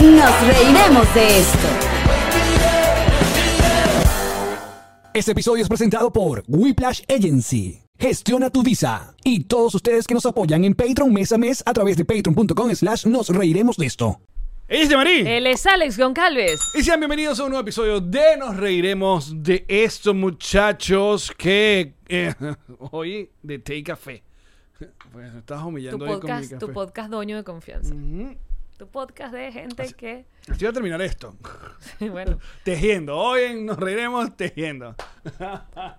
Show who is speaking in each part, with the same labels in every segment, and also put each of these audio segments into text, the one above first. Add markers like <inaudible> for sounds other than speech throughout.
Speaker 1: Nos reiremos de esto.
Speaker 2: Este episodio es presentado por Whiplash Agency. Gestiona tu visa. Y todos ustedes que nos apoyan en Patreon mes a mes a través de patreon.com slash nos reiremos de esto.
Speaker 3: Ella es de Marí.
Speaker 4: Él es Alex Goncalves.
Speaker 3: este Y sean bienvenidos a un nuevo episodio de Nos Reiremos de estos muchachos que eh, <laughs> hoy de Take Café. <laughs> Pues me estás
Speaker 4: Tu
Speaker 3: humillando hoy con mi
Speaker 4: podcast,
Speaker 3: café.
Speaker 4: tu podcast dueño de confianza.
Speaker 3: Ujú.
Speaker 4: Tu podcast de gente que. <laughs>
Speaker 3: Así va a terminar esto. <laughs>
Speaker 4: Bueno,
Speaker 3: Tejiendo. Hoy en Nos Reiremos tejiendo.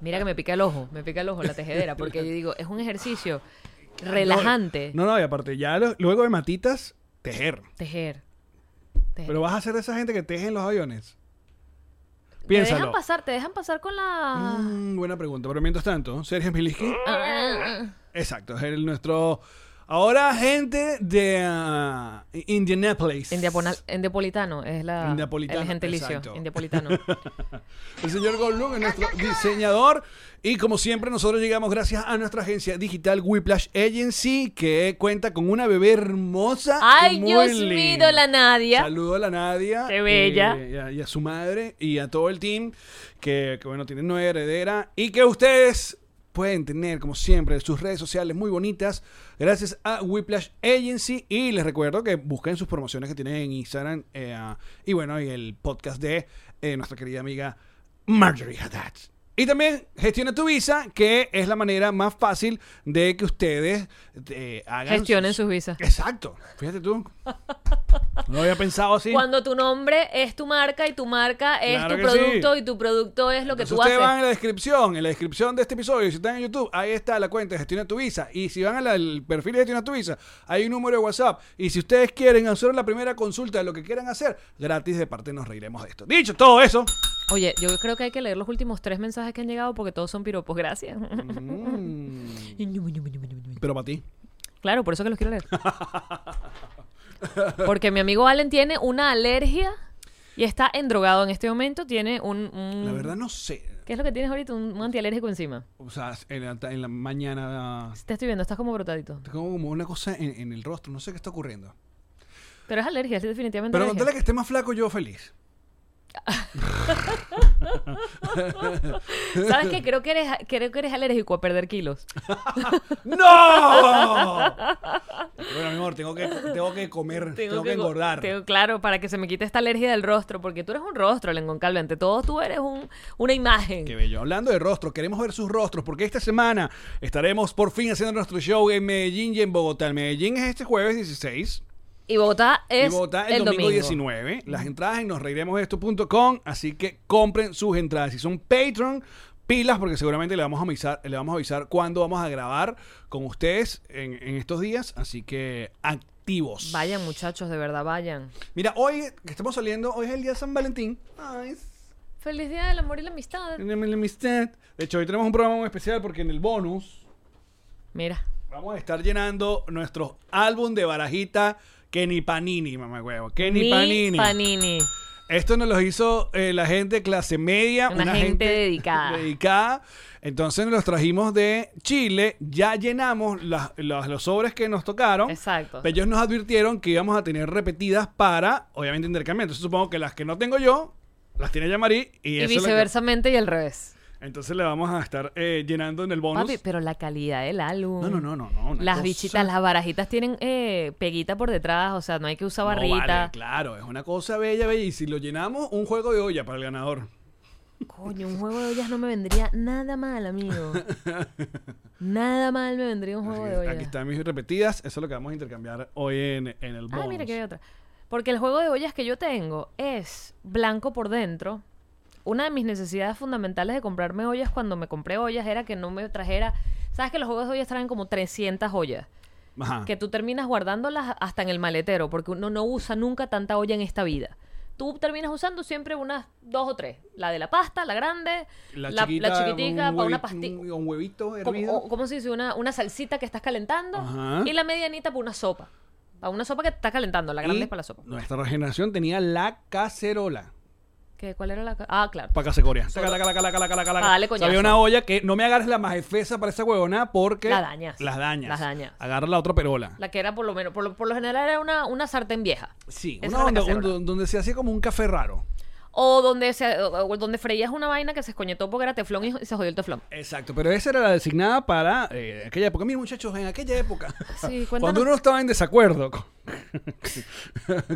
Speaker 4: mira que me pica el ojo, me pica el ojo la tejedera, porque yo digo, es un ejercicio relajante.
Speaker 3: No, no, y aparte, ya lo- luego de matitas, tejer.
Speaker 4: Tejer. Tejer.
Speaker 3: Pero vas a ser de esa gente que teje en los aviones.
Speaker 4: te
Speaker 3: Piénsalo.
Speaker 4: dejan pasar, te dejan pasar con la.
Speaker 3: Mm, buena pregunta. Pero mientras tanto, Sergio Miliski.
Speaker 4: Ah,
Speaker 3: Exacto, es el nuestro. Ahora, gente de ah, Indianapolis.
Speaker 4: En, diaponal- en diapolitano es la.
Speaker 3: En diapolitano,
Speaker 4: el gentilicio.
Speaker 3: exacto.
Speaker 4: En
Speaker 3: <laughs>
Speaker 4: diapolitano.
Speaker 3: El señor Goldblum es nuestro diseñador. Y como siempre, nosotros llegamos gracias a nuestra agencia digital Whiplash Agency, que cuenta con una bebé hermosa.
Speaker 4: ¡Ay,
Speaker 3: y muy
Speaker 4: Dios
Speaker 3: linda.
Speaker 4: mío, la Nadia!
Speaker 3: Saludo a la Nadia.
Speaker 4: Qué bella.
Speaker 3: eh, Y a, y a su madre y a todo el team que, que, bueno, tiene nueva heredera y que ustedes pueden tener, como siempre, sus redes sociales muy bonitas gracias a Whiplash Agency. Y les recuerdo que busquen sus promociones que tienen en Instagram eh, y, bueno, y el podcast de eh, nuestra querida amiga Marjorie Haddad. Y también gestiona tu visa, que es la manera más fácil de que ustedes eh, hagan
Speaker 4: Gestionen sus visas.
Speaker 3: Exacto. Fíjate tú. No lo había pensado así.
Speaker 4: Cuando tu nombre es tu marca y tu marca es
Speaker 3: Claro
Speaker 4: tu
Speaker 3: que sí.
Speaker 4: producto y tu producto es lo que
Speaker 3: Entonces
Speaker 4: tú haces.
Speaker 3: ustedes van a la descripción, en la descripción de este episodio, si están en YouTube, ahí está la cuenta de Gestiona tu Visa. Y si van al- al perfil de Gestiona tu Visa, hay un número de WhatsApp. Y si ustedes quieren hacer la primera consulta de lo que quieran hacer, gratis de parte nos reiremos de esto. Dicho todo eso,
Speaker 4: Oye, yo creo que hay que leer los últimos tres mensajes que han llegado porque todos son piropos, gracias. Mm.
Speaker 3: pero para ti.
Speaker 4: <laughs> Claro, por eso que los quiero leer.
Speaker 3: <laughs>
Speaker 4: Porque mi amigo Allen tiene una alergia y está endrogado en este momento. Tiene un... un-
Speaker 3: La verdad no sé.
Speaker 4: ¿Qué es lo que tienes ahorita? Un, un antialérgico encima.
Speaker 3: O sea, en la, en la mañana...
Speaker 4: Sí Te estoy viendo, estás como brotadito.
Speaker 3: Tengo como una cosa en, en el rostro, no sé qué está ocurriendo.
Speaker 4: Pero es alergia, sí, definitivamente
Speaker 3: Pero
Speaker 4: alergia.
Speaker 3: contale que esté más flaco yo feliz.
Speaker 4: ¿Sabes
Speaker 3: <laughs>
Speaker 4: qué? Creo que, eres, creo que eres alérgico a perder kilos.
Speaker 3: ¡No! bueno, mi amor, tengo que, tengo que comer, tengo, que,
Speaker 4: co-
Speaker 3: engordar.
Speaker 4: tengo- claro, para que se me quite esta alergia del rostro, porque tú eres un rostro, Lengón Calvo. Ante todo, tú eres un, una imagen.
Speaker 3: Qué bello. Hablando de rostros, queremos ver sus rostros porque esta semana estaremos por fin haciendo nuestro show en Medellín y en Bogotá. El Medellín es este jueves 16
Speaker 4: Y Bogotá es
Speaker 3: y Bogotá
Speaker 4: el, domingo.
Speaker 3: 19. Las entradas en nosreiremosesto.com, así que compren sus entradas. Si son Patreon, pilas porque seguramente le vamos a avisar, le vamos a avisar cuándo vamos a grabar con ustedes en, en estos días, así que activos.
Speaker 4: Vayan, muchachos, de verdad, vayan.
Speaker 3: Mira, hoy que estamos saliendo, hoy es el día de San Valentín. Ay,
Speaker 4: Feliz día del amor y la amistad.
Speaker 3: tenemos la amistad. De hecho, hoy tenemos un programa muy especial porque en el bonus
Speaker 4: Mira,
Speaker 3: vamos a estar llenando nuestro álbum de barajita que ni panini, mamá huevo. Que ni,
Speaker 4: mi
Speaker 3: panini.
Speaker 4: Panini.
Speaker 3: Esto nos lo hizo eh, la gente clase media.
Speaker 4: Una gente dedicada.
Speaker 3: dedicada. Entonces nos los trajimos de Chile. Ya llenamos las- las- los sobres que nos tocaron.
Speaker 4: Exacto.
Speaker 3: Pero ellos nos advirtieron que íbamos a tener repetidas para, obviamente, intercambio. Entonces supongo que las que no tengo yo, las tiene Yamari. Y,
Speaker 4: Y,
Speaker 3: eso es lo que-
Speaker 4: viceversamente y al revés.
Speaker 3: Entonces le vamos a estar eh, llenando en el bonus.
Speaker 4: Papi, pero la calidad del álbum.
Speaker 3: No, no, no, no, no, una
Speaker 4: Las
Speaker 3: cosa-
Speaker 4: bichitas, las barajitas tienen eh, peguita por detrás, o sea, no hay que usar
Speaker 3: No vale,
Speaker 4: barrita.
Speaker 3: claro, es una cosa bella, bella. Y si lo llenamos, un juego de olla para el ganador.
Speaker 4: Coño, un juego de ollas no me vendría nada
Speaker 3: <laughs>
Speaker 4: mal, amigo. nada mal me vendría un
Speaker 3: Así
Speaker 4: juego
Speaker 3: que
Speaker 4: de ollas.
Speaker 3: Aquí están mis repetidas. Eso es lo que vamos a intercambiar hoy en, en el bonus.
Speaker 4: Ah, mira que hay otra. Porque el juego de ollas que yo tengo es blanco por dentro. Una de mis necesidades fundamentales de comprarme ollas cuando me compré ollas era que no me trajera. ¿Sabes que los juegos de ollas traen como 300 ollas?
Speaker 3: Ajá.
Speaker 4: Que tú terminas guardándolas hasta en el maletero, porque uno no usa nunca tanta olla en esta vida. Tú terminas usando siempre unas dos o tres. La de la pasta, la grande, la, la
Speaker 3: chiquita,
Speaker 4: chiquitica,
Speaker 3: un
Speaker 4: para una
Speaker 3: huevi-
Speaker 4: pastilla.
Speaker 3: Un, un huevito
Speaker 4: Como,
Speaker 3: hervido.
Speaker 4: o- ¿Cómo se dice? Una, una salsita que estás calentando
Speaker 3: Ajá.
Speaker 4: y la medianita para una sopa. Para una sopa que está calentando, la grande
Speaker 3: Y
Speaker 4: es para la sopa.
Speaker 3: Nuestra generación tenía la cacerola.
Speaker 4: ¿Qué? ¿Cuál era la.? ca- Ah, claro.
Speaker 3: Para Casecoria. Taca, taca, taca, taca, taca, taca,
Speaker 4: Ah, dale
Speaker 3: taca.
Speaker 4: coñazo.
Speaker 3: Había una olla que no me agarres la majefesa para esa huevona porque.
Speaker 4: La dañas.
Speaker 3: Las dañas.
Speaker 4: Las dañas.
Speaker 3: Agarra la otra perola.
Speaker 4: La que era por lo menos. Por lo, por lo general era una, una sartén vieja.
Speaker 3: Sí,
Speaker 4: Esa
Speaker 3: una
Speaker 4: era la
Speaker 3: onda un-
Speaker 4: cacerola.
Speaker 3: donde se hacía como un café raro.
Speaker 4: O donde, se, o- o donde freías una vaina que se escoñetó porque era teflón y se jodió el teflón.
Speaker 3: Exacto, pero esa era la designada para eh, aquella época. Miren, muchachos, en aquella época,
Speaker 4: <laughs> Sí, cuéntanos.
Speaker 3: cuando uno estaba en desacuerdo con, <laughs>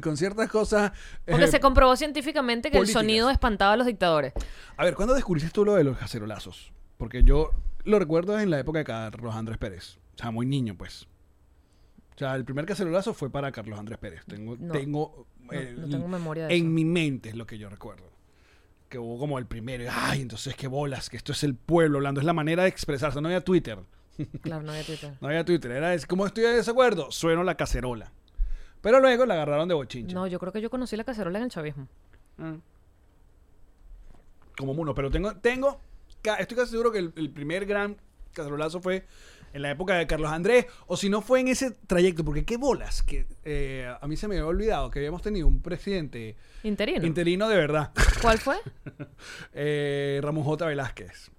Speaker 3: con ciertas cosas.
Speaker 4: Porque
Speaker 3: eh,
Speaker 4: se comprobó científicamente que
Speaker 3: políticas.
Speaker 4: el sonido espantaba a
Speaker 3: <laughs>
Speaker 4: los dictadores.
Speaker 3: A ver, ¿cuándo descubriste tú lo de los cacerolazos? Porque yo lo recuerdo en la época de Carlos Andrés Pérez. O sea, muy niño, pues. O sea, el primer cacerolazo fue para Carlos Andrés Pérez. Tengo,
Speaker 4: No,
Speaker 3: tengo, eh,
Speaker 4: no tengo memoria de
Speaker 3: En
Speaker 4: eso.
Speaker 3: mi mente es lo que yo recuerdo. Que hubo como el primero. y, Ay, entonces qué bolas, que esto es el pueblo hablando. Es la manera de expresarse. No había Twitter.
Speaker 4: Claro, no había Twitter.
Speaker 3: No había Twitter. Era, es, como estoy de desacuerdo, sueno la cacerola. Pero luego la agarraron de bochincha.
Speaker 4: No, yo creo que yo conocí la cacerola en el chavismo.
Speaker 3: como mono. Pero tengo, tengo, ca- estoy casi seguro que el, el primer gran cacerolazo fue en la época de Carlos Andrés, o si no fue en ese trayecto, porque qué bolas, que eh, a mí se me había olvidado que habíamos tenido un presidente
Speaker 4: Interino.
Speaker 3: interino de
Speaker 4: <laughs>
Speaker 3: verdad,
Speaker 4: ¿Cuál fue?
Speaker 3: eh, Ramón J. Velázquez.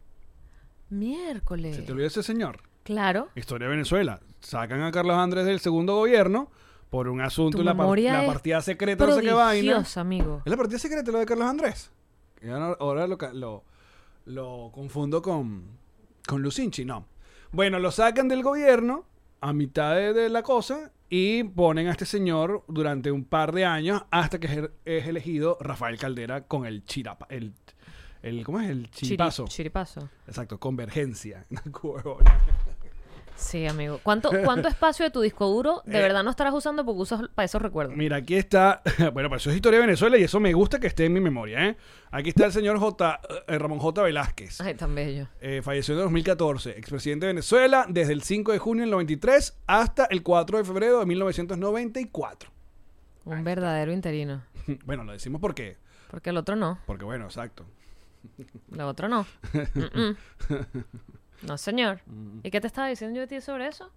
Speaker 4: Miércoles.
Speaker 3: ¿Se te olvidó ese señor?
Speaker 4: Claro.
Speaker 3: Historia de Venezuela. Sacan a Carlos Andrés del segundo gobierno por un asunto,
Speaker 4: Tu
Speaker 3: la, par-
Speaker 4: memoria
Speaker 3: la
Speaker 4: es
Speaker 3: partida secreta, no sé qué vaina.
Speaker 4: Prodigioso, amigo.
Speaker 3: Es la partida secreta lo de Carlos Andrés. Que ya no- Ahora lo, ca- lo, lo confundo con, con Lucinchi, no. Bueno, lo sacan del gobierno a mitad de, de la cosa y ponen a este señor durante un par de años hasta que es, er, es elegido Rafael Caldera con el chirapa, el, el ¿cómo es? El
Speaker 4: Chiri-
Speaker 3: chiripazo.
Speaker 4: Chiripazo. Exacto.
Speaker 3: Exacto, convergencia. <laughs> Huevona.
Speaker 4: Sí, amigo. ¿Cuánto,
Speaker 3: <laughs>
Speaker 4: ¿Cuánto espacio de tu disco duro
Speaker 3: Eh.
Speaker 4: de verdad no estarás usando porque usas para esos recuerdos?
Speaker 3: Mira, aquí está. <laughs> Bueno, pues eso es historia de Venezuela y eso me gusta que esté en mi memoria, ¿eh? Aquí está el señor J, eh, Ramón J. Velázquez.
Speaker 4: Ay, tan bello.
Speaker 3: Eh, falleció en el 2014, expresidente de Venezuela desde el 5 de junio del 93 hasta el 4 de febrero de 1994.
Speaker 4: Un verdadero interino.
Speaker 3: <laughs> Bueno, lo decimos porque,
Speaker 4: Porque el otro no.
Speaker 3: porque bueno, exacto.
Speaker 4: El
Speaker 3: <laughs>
Speaker 4: otro no. Mm-mm. No, señor.
Speaker 3: Mm.
Speaker 4: ¿Y qué te estaba diciendo yo a ti sobre eso?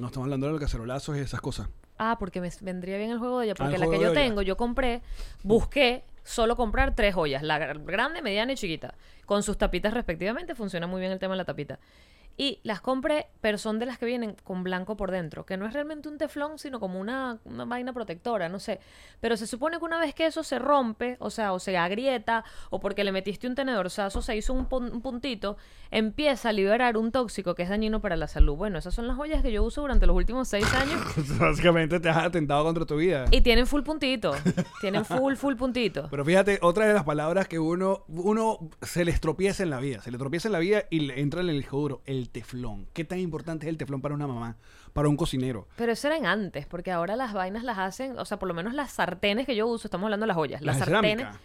Speaker 3: No estamos hablando de los cacerolazos y esas cosas. <laughs>
Speaker 4: Ah, porque me s- vendría bien el juego de olla.
Speaker 3: Ah, el
Speaker 4: Porque la
Speaker 3: juego
Speaker 4: que
Speaker 3: de
Speaker 4: yo
Speaker 3: olla.
Speaker 4: tengo, yo compré, busqué solo comprar tres ollas, la gr- grande, mediana y chiquita, con sus tapitas respectivamente. Funciona muy bien el tema de la tapita. Y las compré, pero son de las que vienen con blanco por dentro, que no es realmente un teflón, sino como una, una vaina protectora, no sé. Pero se supone que una vez que eso se rompe, o sea, o se agrieta, o porque le metiste un tenedorzazo, se hizo un, pun- un puntito, empieza a liberar un tóxico que es dañino para la salud. Bueno, esas son las ollas que yo uso durante los últimos seis años
Speaker 3: Básicamente te has atentado contra tu vida.
Speaker 4: y tienen
Speaker 3: <laughs>
Speaker 4: full puntito. Tienen full, full puntito.
Speaker 3: Pero fíjate, otra de las palabras que uno, uno se les tropieza en la vida, se le tropieza en la vida y le entra en el hijo duro, el teflón. ¿Qué tan importante es el teflón para una mamá, para un cocinero?
Speaker 4: Pero eso eran antes, porque ahora las vainas las hacen, o sea, por lo menos las sartenes que yo uso, estamos hablando de las ollas, las,
Speaker 3: Las de
Speaker 4: sartenes.
Speaker 3: cerámica.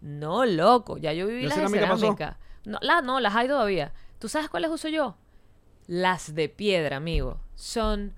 Speaker 4: No, loco, ya yo viví
Speaker 3: ¿Ya
Speaker 4: las de
Speaker 3: cerámica pasó?
Speaker 4: cerámica. No, la- no, las hay todavía. ¿Tú sabes cuáles uso yo? Las de piedra, amigo. Son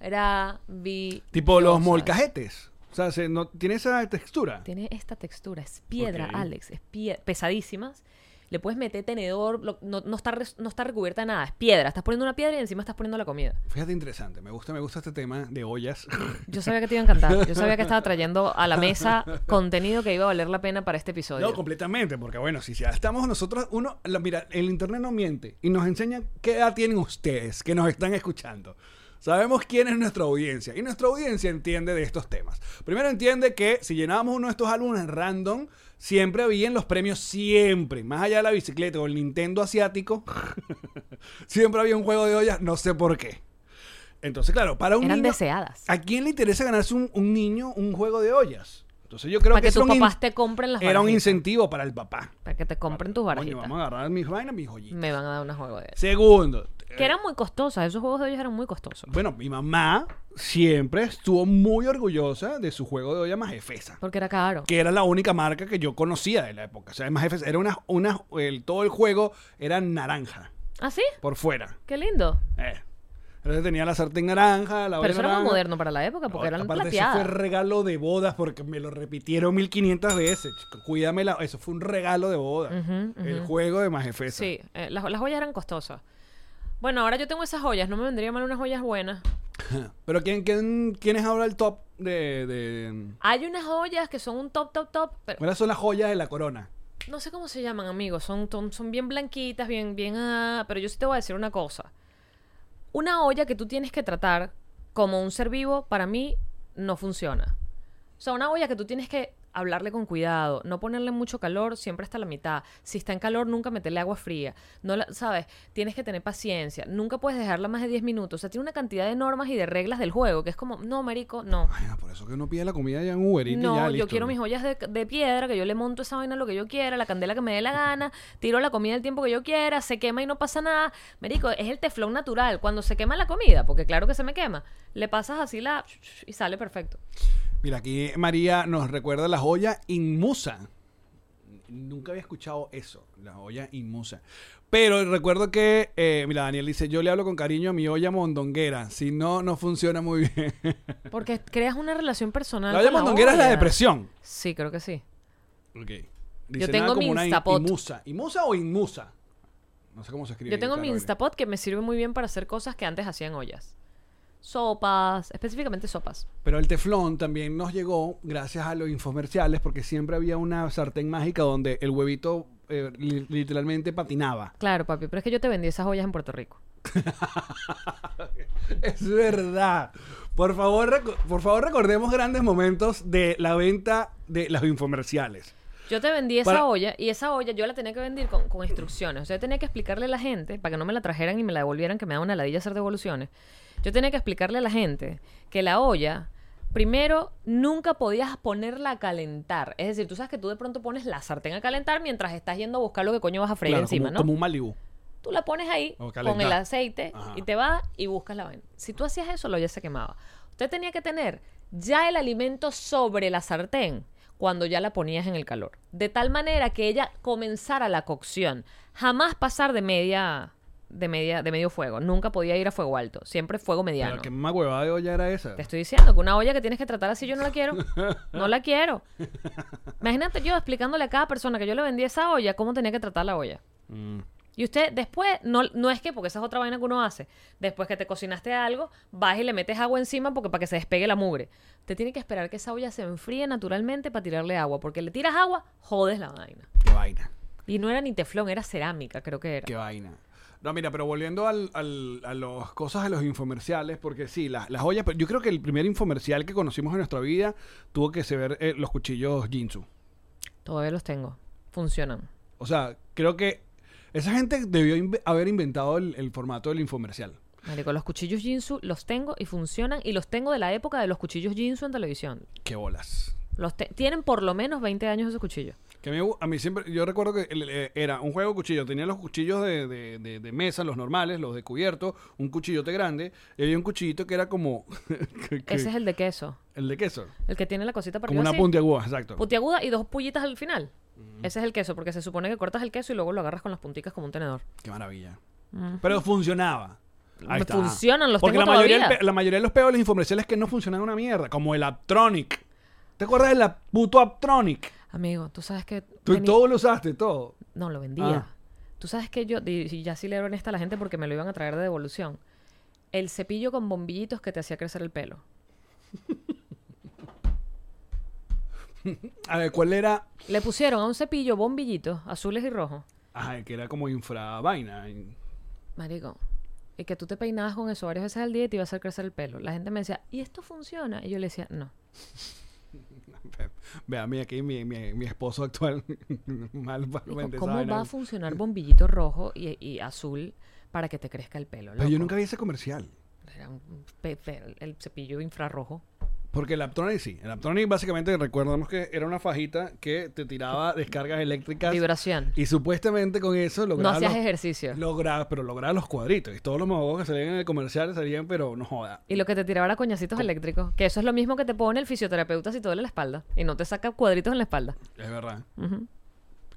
Speaker 4: maravillosas.
Speaker 3: Tipo los molcajetes. O sea, se- no, tiene esa textura.
Speaker 4: Tiene esta textura, es piedra,
Speaker 3: Ok.
Speaker 4: Alex, es pie- pesadísimas. Le puedes meter tenedor, lo- no, no está res- no está recubierta de nada, es piedra. Estás poniendo una piedra y encima estás poniendo la comida.
Speaker 3: Fíjate interesante, me gusta, me gusta este tema de ollas.
Speaker 4: Yo sabía que te iba a encantar. Yo sabía que estaba trayendo a la
Speaker 3: <laughs>
Speaker 4: mesa contenido que iba a valer la pena para este episodio.
Speaker 3: No, completamente, porque bueno, si ya estamos nosotros, uno, la- mira, el internet no miente y nos enseña qué edad tienen ustedes que nos están escuchando. Sabemos quién es nuestra audiencia y nuestra audiencia entiende de estos temas. Primero entiende que si llenábamos uno de estos álbumes random, siempre había en los premios, siempre, más allá de la bicicleta o el Nintendo asiático, <laughs> siempre había un juego de ollas, no sé por qué. Entonces, claro, para un
Speaker 4: Eran
Speaker 3: niño-
Speaker 4: deseadas.
Speaker 3: ¿A quién le interesa ganarse un, un niño un juego de ollas? Entonces yo creo
Speaker 4: Para
Speaker 3: que,
Speaker 4: que
Speaker 3: eso
Speaker 4: tus
Speaker 3: era un in-
Speaker 4: papás te compren las
Speaker 3: Era un
Speaker 4: barajitas.
Speaker 3: incentivo para el papá.
Speaker 4: Para que te compren tus
Speaker 3: Ah, Coño,
Speaker 4: barajitas.
Speaker 3: vamos a agarrar mis vainas, mis joyitas.
Speaker 4: Me van a dar unos juegos de eso.
Speaker 3: Segundo. eh,
Speaker 4: Que eran muy costosas. Esos juegos de ellos eran muy costosos.
Speaker 3: Bueno, mi mamá siempre estuvo muy orgullosa de su juego de olla Majefesa.
Speaker 4: Porque era caro.
Speaker 3: Que era la única marca que yo conocía de la época. O sea, Majefesa era unas, unas, el, todo el juego era naranja
Speaker 4: ¿Ah, sí?
Speaker 3: por fuera.
Speaker 4: Qué lindo.
Speaker 3: Eh. Entonces tenía la sartén naranja, la
Speaker 4: Pero
Speaker 3: olla
Speaker 4: eso era muy
Speaker 3: naranja.
Speaker 4: moderno para la época porque eran
Speaker 3: Aparte, eso fue
Speaker 4: plateadas.
Speaker 3: regalo de bodas porque me lo repitieron 1500 veces. chico. Cuídame la- Eso fue un regalo de boda.
Speaker 4: Ujú,
Speaker 3: El
Speaker 4: ujú.
Speaker 3: juego de Majefesa.
Speaker 4: Sí, eh, las, las joyas eran costosas. Bueno, ahora yo tengo esas joyas. No me vendría mal unas joyas buenas.
Speaker 3: Pero ¿quién, quién, ¿quién es ahora el top de, de-
Speaker 4: Hay unas ollas que son un top, top, top, pero
Speaker 3: ¿Cuáles son las joyas de la corona?
Speaker 4: no sé cómo se llaman, amigos. Son, son, son bien blanquitas, bien, bien. ah, pero yo sí te voy a decir una cosa. Una olla que tú tienes que tratar como un ser vivo, para mí, no funciona. O sea, una olla que tú tienes que hablarle con cuidado, no ponerle mucho calor, siempre hasta la mitad. Si está en calor, nunca meterle agua fría. No la, ¿sabes? Tienes que tener paciencia. Nunca puedes dejarla más de 10 minutos. O sea, tiene una cantidad de normas y de reglas del juego que es como, no, marico, no.
Speaker 3: Ay, no, por eso que uno pide la comida ya en Uber Eats y
Speaker 4: No,
Speaker 3: ya,
Speaker 4: yo
Speaker 3: listo,
Speaker 4: quiero
Speaker 3: ¿no?
Speaker 4: mis ollas de, de piedra, que yo le monto esa vaina lo que yo quiera, la candela que me dé la gana, tiro la comida el tiempo que yo quiera, se quema y no pasa nada. Marico, es el teflón natural. Cuando se quema la comida, porque claro que se me quema, le pasas así la... y sale perfecto.
Speaker 3: Mira, aquí María nos recuerda la joya inmusa. Nunca había escuchado eso, la joya inmusa. Pero recuerdo que, eh, mira, Daniel dice, yo le hablo con cariño a mi olla mondonguera, si no, no funciona muy <laughs> bien.
Speaker 4: Porque creas una relación personal.
Speaker 3: la olla
Speaker 4: con
Speaker 3: mondonguera es la
Speaker 4: olla.
Speaker 3: depresión.
Speaker 4: Sí, creo que sí.
Speaker 3: Ok. Dice,
Speaker 4: tengo
Speaker 3: nada como
Speaker 4: mi
Speaker 3: una in-
Speaker 4: Instapot.
Speaker 3: inmusa. ¿Inmusa o inmusa? No sé cómo se escribe.
Speaker 4: Yo tengo mi
Speaker 3: Carolina.
Speaker 4: Instapot que me sirve muy bien para hacer cosas que antes hacían ollas. Sopas, específicamente sopas.
Speaker 3: Pero el teflón también nos llegó gracias a los infomerciales porque siempre había una sartén mágica donde el huevito eh, li- literalmente patinaba.
Speaker 4: Claro, papi, pero es que yo te vendí esas ollas en Puerto Rico.
Speaker 3: <laughs> Es verdad. Por favor, reco- por favor recordemos grandes momentos de la venta de los infomerciales.
Speaker 4: Yo te vendí esa
Speaker 3: Para-
Speaker 4: olla y esa olla yo la tenía que vender con, con instrucciones. O sea, yo tenía que explicarle a la gente, para que no me la trajeran y me la devolvieran, que me da una ladilla hacer devoluciones. Yo tenía que explicarle a la gente que la olla, primero, nunca podías ponerla a calentar. Es decir, tú sabes que tú de pronto pones la sartén a calentar mientras estás yendo a buscar lo que coño vas a freír
Speaker 3: Claro,
Speaker 4: encima,
Speaker 3: como,
Speaker 4: ¿no?
Speaker 3: como un Malibu.
Speaker 4: Tú la pones ahí
Speaker 3: O
Speaker 4: con
Speaker 3: calentar.
Speaker 4: el aceite
Speaker 3: Ajá.
Speaker 4: y te vas y buscas la vaina. Si tú hacías eso, la olla se quemaba. Usted tenía que tener ya el alimento sobre la sartén cuando ya la ponías en el calor. De tal manera que ella comenzara la cocción. Jamás pasar de media de media de medio fuego. Nunca podía ir a fuego alto. Siempre fuego mediano.
Speaker 3: Pero qué más huevada de olla era esa.
Speaker 4: Te estoy diciendo que una olla que tienes que tratar así yo no la quiero. No la quiero. Imagínate yo explicándole a cada persona que yo le vendí esa olla cómo tenía que tratar la olla. Y usted después, no, no es que, porque esa es otra vaina que uno hace, después que te cocinaste algo, vas y le metes agua encima porque para que se despegue la mugre. Usted tiene que esperar que esa olla se enfríe naturalmente para tirarle agua, porque le tiras agua, jodes la vaina.
Speaker 3: Qué vaina.
Speaker 4: Y no era ni teflón, era cerámica, creo que era.
Speaker 3: Qué vaina. No, mira, pero volviendo al, al- a las cosas de los infomerciales, porque sí, las, las ollas, pero yo creo que el primer infomercial que conocimos en nuestra vida tuvo que ser eh, los cuchillos Jinsu.
Speaker 4: Todavía los tengo. Funcionan.
Speaker 3: O sea, creo que esa gente debió inve- haber inventado el, el formato del infomercial.
Speaker 4: Marico, los cuchillos Jinsu los tengo y funcionan y los tengo de la época de los cuchillos Jinsu en televisión.
Speaker 3: Qué bolas.
Speaker 4: Los te- tienen por lo menos 20 años esos cuchillos.
Speaker 3: Que a mí, a mí siempre, yo recuerdo que el- eh, era un juego de cuchillos, tenía los cuchillos de, de- de- de mesa, los normales, los de cubierto, un cuchillote grande, y había un cuchillito que era como... <laughs> que- que-
Speaker 4: Ese es el de queso,
Speaker 3: el de queso.
Speaker 4: el que tiene la cosita para
Speaker 3: Como una puntiaguda, exacto.
Speaker 4: puntiaguda y dos pullitas al final. Ese es el queso, porque se supone que cortas el queso y luego lo agarras con las punticas como un tenedor.
Speaker 3: Qué maravilla. Pero funcionaba.
Speaker 4: Me funcionan, los
Speaker 3: Porque
Speaker 4: tengo
Speaker 3: la mayoría,
Speaker 4: todavía.
Speaker 3: el pe- la mayoría de los peos de los infomerciales que no funcionan una mierda, como el Aptronic. ¿Te acuerdas del ap- puto Aptronic?
Speaker 4: Amigo, tú sabes que...
Speaker 3: Tú
Speaker 4: teni-
Speaker 3: todo lo usaste, todo.
Speaker 4: No, lo
Speaker 3: Ah.
Speaker 4: vendía. Tú sabes que yo, y y ya sí le era honesta a la gente porque me lo iban a traer de devolución. El cepillo con bombillitos que te hacía crecer el pelo.
Speaker 3: A ver, ¿cuál era?
Speaker 4: Le pusieron a un cepillo bombillitos azules y rojos.
Speaker 3: Ajá, que era como infravaina. en-
Speaker 4: Marico, y que tú te peinabas con eso varias veces al día y te iba a hacer crecer el pelo. La gente me decía, ¿y esto funciona? Y yo le decía, no.
Speaker 3: Ve- eh, Vea, mira aquí mi, mi- mi esposo actual. <laughs> mal para
Speaker 4: Marico,
Speaker 3: vender esa
Speaker 4: ¿Cómo
Speaker 3: vaina.
Speaker 4: va a funcionar bombillito rojo y, y azul para que te crezca el pelo?
Speaker 3: Pero yo
Speaker 4: loco?
Speaker 3: nunca vi ese comercial.
Speaker 4: Era un pe- pe- el cepillo infrarrojo.
Speaker 3: Porque el Aptronic sí. El Aptronic básicamente recordamos que era una fajita que te tiraba descargas eléctricas.
Speaker 4: Vibración.
Speaker 3: Y supuestamente con eso
Speaker 4: No
Speaker 3: lograba.
Speaker 4: hacías
Speaker 3: los-
Speaker 4: ejercicio.
Speaker 3: lograba- pero lograba los cuadritos. Y todos los mogos que salían en el comercial salían, pero no joda.
Speaker 4: Y lo que te tiraba era coñacitos eléctricos. Que eso es lo mismo que te pone el fisioterapeuta si te duele la espalda. Y no te saca cuadritos en la espalda.
Speaker 3: Es verdad.
Speaker 4: Ujú.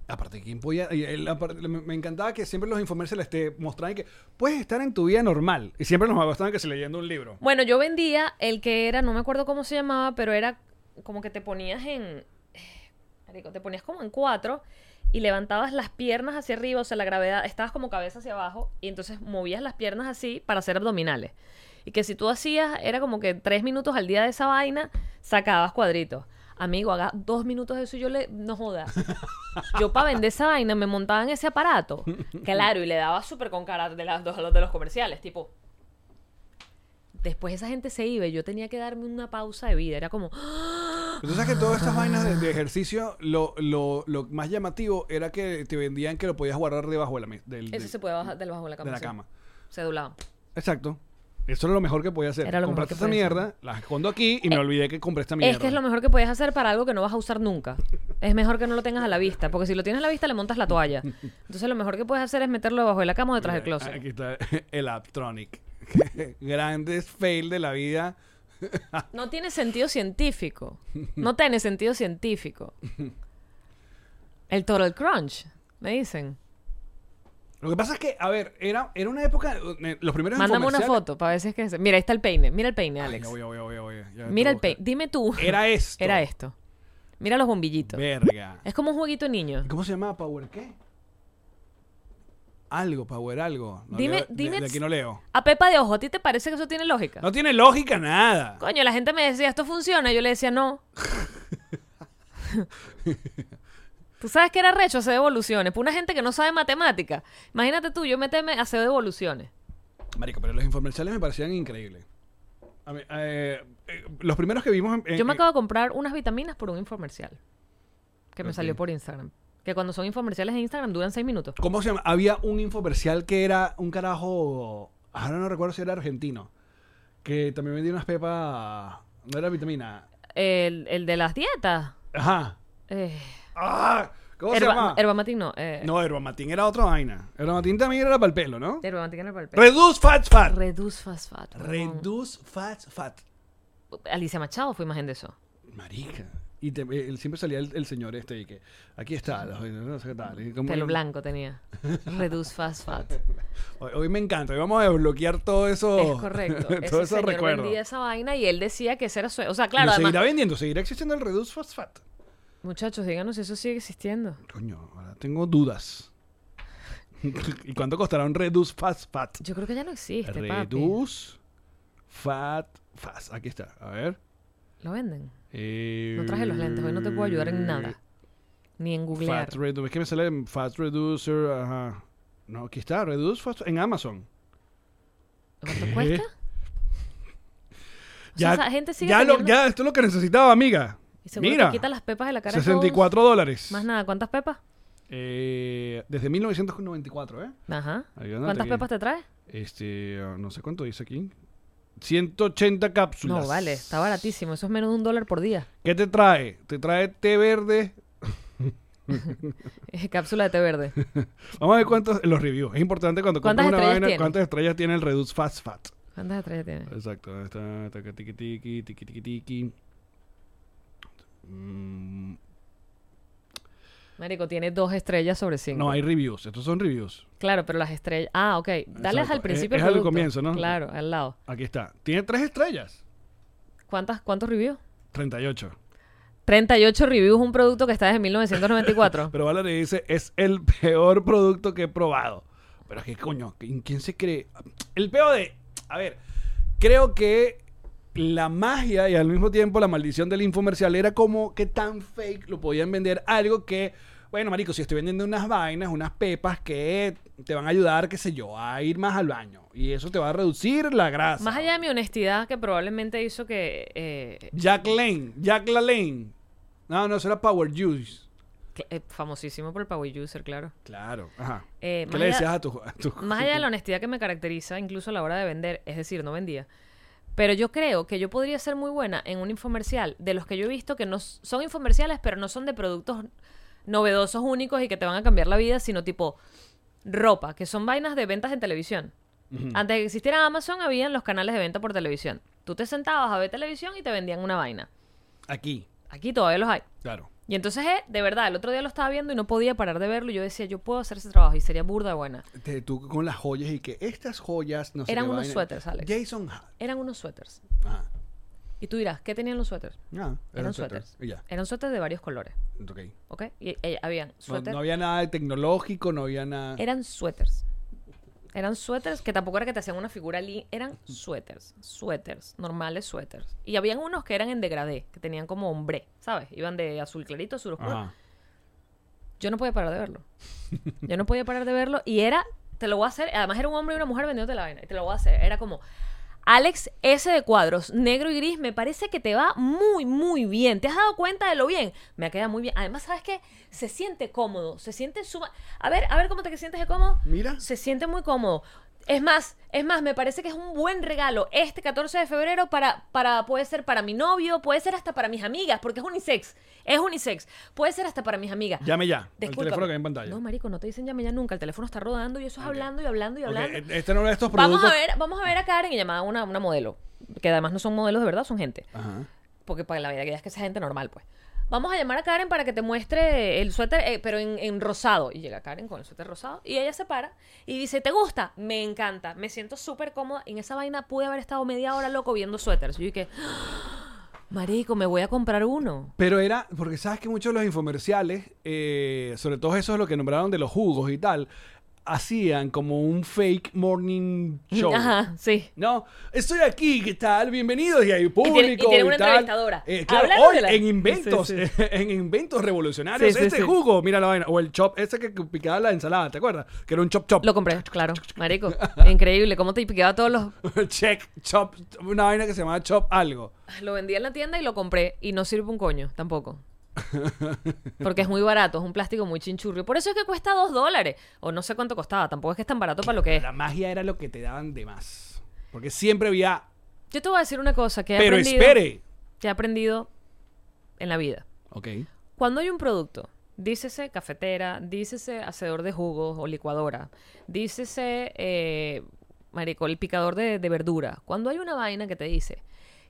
Speaker 3: Aparte, ¿quién podía? y el- aparte, me, me encantaba que siempre los infomerciales te mostraban que puedes estar en tu vida normal. Y siempre los mogos estaban que se leyendo un libro.
Speaker 4: Bueno, yo vendía el que era, no me acuerdo cómo se llamaba, pero era como que te ponías en. marico, te ponías como en cuatro y levantabas las piernas hacia arriba, o sea, la gravedad, estabas como cabeza hacia abajo y entonces movías las piernas así para hacer abdominales. Y que si tú hacías, era como que tres minutos al día de esa vaina, sacabas cuadritos. Amigo, haga dos minutos de eso y yo le... No jodas. Yo para vender esa vaina me montaba en ese aparato. Claro, y le daba súper con cara de, las, dos- de los comerciales. Tipo, después esa gente se iba y yo tenía que darme una pausa de vida. Era como, "Ah,
Speaker 3: Pero tú sabes que todas estas vainas de, de ejercicio, lo, lo, lo más llamativo era que te vendían que lo podías guardar debajo de la mesa. Del,
Speaker 4: eso
Speaker 3: del-
Speaker 4: se puede bajar del bajo de la cama.
Speaker 3: de la
Speaker 4: sí.
Speaker 3: cama.
Speaker 4: Se doblaba.
Speaker 3: Exacto. Eso era lo mejor que podía hacer.
Speaker 4: Era lo mejor
Speaker 3: Compraste
Speaker 4: que
Speaker 3: esta
Speaker 4: podía Eh,
Speaker 3: mierda, la escondo aquí y me olvidé que compré esta mierda.
Speaker 4: Es que es lo mejor que puedes hacer para algo que no vas a usar nunca. Es mejor que no lo tengas a la vista, porque si lo tienes a la vista le montas la toalla. Entonces lo mejor que puedes hacer es meterlo debajo de la cama o detrás del
Speaker 3: Mira,
Speaker 4: closet.
Speaker 3: Aquí está <laughs> el Aptronic. <laughs> Grandes fail de la vida.
Speaker 4: No tiene sentido científico. No tiene sentido científico. El Total Crunch, me dicen.
Speaker 3: Lo que pasa es que, a ver, era, era una época. eh, Los primeros
Speaker 4: Mándame una
Speaker 3: infomerciales-
Speaker 4: foto para ver si es que... se- Mira, ahí está el peine. Mira el peine,
Speaker 3: Ay,
Speaker 4: Alex.
Speaker 3: ya voy, ya voy, ya voy, ya voy, ya
Speaker 4: Mira el
Speaker 3: tengo que-
Speaker 4: peine. Dime tú. <laughs>
Speaker 3: Era esto.
Speaker 4: Era esto. Mira los bombillitos.
Speaker 3: Verga.
Speaker 4: Es como un jueguito de niño.
Speaker 3: ¿Cómo se llamaba Power qué? Algo, Power algo. No leo-
Speaker 4: Dime-
Speaker 3: de-
Speaker 4: dime-
Speaker 3: de aquí no leo.
Speaker 4: A Pepa de Ojo, ¿a ti te parece que eso tiene lógica?
Speaker 3: No tiene lógica nada.
Speaker 4: Coño, la gente me decía, esto funciona. Yo le
Speaker 3: <laughs>
Speaker 4: decía, no. tú sabes que era recho hacer evoluciones. Para una gente que no sabe matemática. Imagínate tú, yo meterme a hacer evoluciones.
Speaker 3: Marico, pero los infomerciales me parecían increíbles. A mí, eh, eh, los primeros que vimos. en- en-
Speaker 4: Yo me
Speaker 3: en-
Speaker 4: acabo de comprar unas vitaminas por un infomercial. Que me
Speaker 3: Ok.
Speaker 4: salió por Instagram. Que cuando son infomerciales en Instagram duran seis minutos.
Speaker 3: ¿Cómo se llama? Había un infomercial que era un carajo. Ahora no recuerdo si era argentino. Que también vendía unas pepas. No era vitamina.
Speaker 4: El, el de las dietas.
Speaker 3: Ajá.
Speaker 4: Eh,
Speaker 3: ¡Ah! ¿Cómo se
Speaker 4: Herba-
Speaker 3: llama?
Speaker 4: Herbamatic no. eh,
Speaker 3: no, Herbamatín era otra vaina. Herbamatín también era para el pelo, ¿no?
Speaker 4: Herbamatic no era para el pelo.
Speaker 3: Reduce Fat Fat.
Speaker 4: Reduce fast fat. huevón.
Speaker 3: Reduce Fat Fat.
Speaker 4: Alicia Machado fue imagen de eso.
Speaker 3: Marica. Y te- él siempre salía el, el señor este y que aquí está, los- no sé qué tal. y como-
Speaker 4: Pelo blanco tenía. Reduce
Speaker 3: <laughs>
Speaker 4: fast fat.
Speaker 3: Hoy, hoy me encanta, hoy vamos a desbloquear todo eso.
Speaker 4: Es
Speaker 3: Oh, <laughs>
Speaker 4: correcto.
Speaker 3: todo
Speaker 4: Ese
Speaker 3: eso
Speaker 4: señor
Speaker 3: recuerdo.
Speaker 4: vendía esa vaina y él decía que ese era su... O sea,
Speaker 3: Lo
Speaker 4: claro,
Speaker 3: seguirá
Speaker 4: además...
Speaker 3: vendiendo, seguirá existiendo el Reduce Fast Fat.
Speaker 4: Muchachos, díganos si eso sigue existiendo.
Speaker 3: Coño, ahora tengo dudas. <laughs> ¿Y cuánto costará un Reduce Fast Fat?
Speaker 4: Yo creo que ya no existe, Este, papi.
Speaker 3: Reduce Fat Fast. Aquí está, a ver.
Speaker 4: Lo venden.
Speaker 3: Eh,
Speaker 4: No traje los lentes, hoy no te puedo ayudar en nada. Ni en googlear.
Speaker 3: Fat Eh, Reduce, es que me sale en Fat Reducer, ajá. No, aquí está, Reduce Fat en Amazon.
Speaker 4: ¿Cuánto
Speaker 3: ¿Qué?
Speaker 4: cuesta? O sea, esa gente sigue
Speaker 3: ya, lo-
Speaker 4: teniendo-
Speaker 3: ya, esto es lo que necesitaba, amiga.
Speaker 4: Y seguro
Speaker 3: Mira,
Speaker 4: te quita las pepas de la cara de todos.
Speaker 3: 64 dólares.
Speaker 4: Más nada, ¿cuántas pepas?
Speaker 3: Eh, desde 1994, ¿eh?
Speaker 4: Ajá.
Speaker 3: Ayúdate
Speaker 4: ¿Cuántas
Speaker 3: aquí.
Speaker 4: pepas te traes?
Speaker 3: Este, ah, no sé cuánto dice aquí. 180 cápsulas.
Speaker 4: No, vale, está baratísimo. Eso es menos de un dólar por día. <laughs>
Speaker 3: ¿Qué te trae? Te trae té verde.
Speaker 4: Eh, Cápsula de té verde.
Speaker 3: Vamos a ver cuántos los reviews. Es importante cuando compras
Speaker 4: ¿Cuántas
Speaker 3: una
Speaker 4: estrellas
Speaker 3: vaina
Speaker 4: tiene?
Speaker 3: cuántas estrellas tiene el Reduce Fast Fat.
Speaker 4: ¿Cuántas estrellas tiene?
Speaker 3: Exacto, ahí está taca, tiqui tiqui tiqui tiqui tiqui. Mm,
Speaker 4: Marico, tiene dos estrellas sobre cinco.
Speaker 3: No hay reviews, estos son reviews.
Speaker 4: Claro, pero las estrellas. Ah, ok. Dale
Speaker 3: Exacto.
Speaker 4: al principio.
Speaker 3: Es-
Speaker 4: del
Speaker 3: es al
Speaker 4: producto.
Speaker 3: comienzo, ¿no?
Speaker 4: Claro, al lado.
Speaker 3: Aquí está. Tiene tres estrellas.
Speaker 4: ¿Cuántas, ¿Cuántos reviews?
Speaker 3: 38.
Speaker 4: 38 reviews, un producto que está desde 1994.
Speaker 3: <laughs> Pero Valerie dice, es el peor producto que he probado. Pero es que coño, ¿en quién se cree? El peor de... A ver, creo que la magia y al mismo tiempo la maldición del infomercial era como que tan fake lo podían vender algo que... Bueno, marico, si estoy vendiendo unas vainas, unas pepas que te van a ayudar, qué sé yo, a ir más al baño. Y eso te va a reducir la grasa.
Speaker 4: Más allá de mi honestidad, que probablemente hizo que. eh,
Speaker 3: Jack Lane, Jack LaLane. No, no, eso era Power Juice.
Speaker 4: cl- eh, famosísimo por el Power User, claro.
Speaker 3: Claro. Ajá.
Speaker 4: Eh,
Speaker 3: ¿Qué
Speaker 4: más
Speaker 3: le
Speaker 4: allá-
Speaker 3: decías a tu... a tu-
Speaker 4: Más allá de la honestidad que me caracteriza, incluso a la hora de vender, es decir, no vendía. Pero yo creo que yo podría ser muy buena en un infomercial de los que yo he visto que no s- son infomerciales, pero no son de productos novedosos, únicos y que te van a cambiar la vida, sino tipo ropa, que son vainas de ventas en televisión. Antes de que existiera Amazon, habían los canales de venta por televisión. Tú te sentabas a ver televisión y te vendían una vaina.
Speaker 3: Aquí.
Speaker 4: Aquí todavía los hay.
Speaker 3: Claro.
Speaker 4: Y entonces, eh, de verdad, el otro día lo estaba viendo y no podía parar de verlo. Y yo decía, yo puedo hacer ese trabajo y sería burda de buena.
Speaker 3: Te- tú con las joyas y que estas joyas no sé
Speaker 4: Eran
Speaker 3: qué
Speaker 4: unos
Speaker 3: vaina.
Speaker 4: suéteres, Alex.
Speaker 3: Jason Ha- ah,
Speaker 4: Eran unos suéteres.
Speaker 3: Ajá.
Speaker 4: Y tú dirás, ¿qué tenían los suéteres?
Speaker 3: Ah,
Speaker 4: Eran suéteres.
Speaker 3: Y ya.
Speaker 4: Eran suéteres de varios colores,
Speaker 3: Ok. No-
Speaker 4: ¿ok? Y eh, habían
Speaker 3: No,
Speaker 4: suéteres.
Speaker 3: había nada de tecnológico, no había nada.
Speaker 4: Eran suéteres. Eran suéteres que tampoco era que te hacían una figura li-
Speaker 3: <laughs>
Speaker 4: Eran suéteres. Suéteres. Normales suéteres. Y habían unos que eran en degradé, que tenían como hombre, ¿sabes? Iban de azul clarito, azul oscuro.
Speaker 3: Ajá.
Speaker 4: Yo no podía parar de verlo. <laughs> Yo no podía parar de verlo. Y era, te lo voy a hacer. Además, era un hombre y una mujer vendiéndote la vaina. Y te lo voy a hacer. Era como, Alex S de cuadros, negro y gris, me parece que te va muy, muy bien. ¿Te has dado cuenta de lo bien? Me queda muy bien. Además, ¿sabes qué? Se siente cómodo. Se siente suma. A ver, a ver cómo te sientes de cómodo.
Speaker 3: Mira.
Speaker 4: Se siente muy cómodo. Es más, es más, me parece que es un buen regalo este 14 de febrero para, para, puede ser para mi novio, puede ser hasta para mis amigas, porque es unisex, es unisex, puede ser hasta para mis amigas.
Speaker 3: Llame ya. El
Speaker 4: Discúlpame.
Speaker 3: teléfono que hay en pantalla.
Speaker 4: No, marico, no te dicen llame ya nunca. El teléfono está rodando y eso es hablando y hablando y
Speaker 3: Ok,
Speaker 4: hablando.
Speaker 3: e- este no era de estos productos.
Speaker 4: vamos a ver, vamos a ver a Karen y llamada a una, una modelo. Que además no son modelos de verdad, son gente.
Speaker 3: Ajá.
Speaker 4: Porque para la vida que es que sea gente normal, pues. Vamos a llamar a Karen para que te muestre el suéter, eh, pero en, en rosado. Y llega Karen con el suéter rosado y ella se para y dice, ¿te gusta? Me encanta, me siento súper cómoda. En esa vaina pude haber estado media hora loco viendo suéteres. Yo dije, ¡Ah! marico, me voy a comprar uno.
Speaker 3: Pero era, porque sabes que muchos de los infomerciales, eh, sobre todo esos lo que nombraron de los jugos y tal, hacían como un fake morning show.
Speaker 4: Ajá, sí.
Speaker 3: No, estoy aquí, ¿qué tal? Bienvenidos y hay público.
Speaker 4: tiene- y tiene una
Speaker 3: tal.
Speaker 4: entrevistadora.
Speaker 3: Eh, claro,
Speaker 4: Háblanos
Speaker 3: hoy
Speaker 4: de la-
Speaker 3: en inventos,
Speaker 4: Sí,
Speaker 3: <laughs> en inventos revolucionarios,
Speaker 4: Sí, sí,
Speaker 3: este
Speaker 4: sí.
Speaker 3: jugo, mira la vaina, o el chop, ese que picaba la ensalada, ¿te acuerdas? Que era un chop chop.
Speaker 4: Lo compré, claro,
Speaker 3: <laughs>
Speaker 4: marico. Increíble, cómo te piqueaba todos los...
Speaker 3: Check, chop, una vaina que se llamaba chop algo.
Speaker 4: Lo vendí en la tienda y lo compré y no sirve un coño, tampoco. Porque es muy barato, es un plástico muy chinchurrio. Por eso es que cuesta dos dólares. O no sé cuánto costaba, tampoco es que es tan barato para lo que es.
Speaker 3: La magia era lo que te daban de más. Porque siempre había,
Speaker 4: Yo te voy a decir una cosa que he
Speaker 3: pero
Speaker 4: aprendido.
Speaker 3: espere.
Speaker 4: Que he aprendido en la vida.
Speaker 3: Ok.
Speaker 4: Cuando hay un producto, dícese cafetera, dícese hacedor de jugos o licuadora, dícese, eh, marico, el picador de, de verdura. Cuando hay una vaina que te dice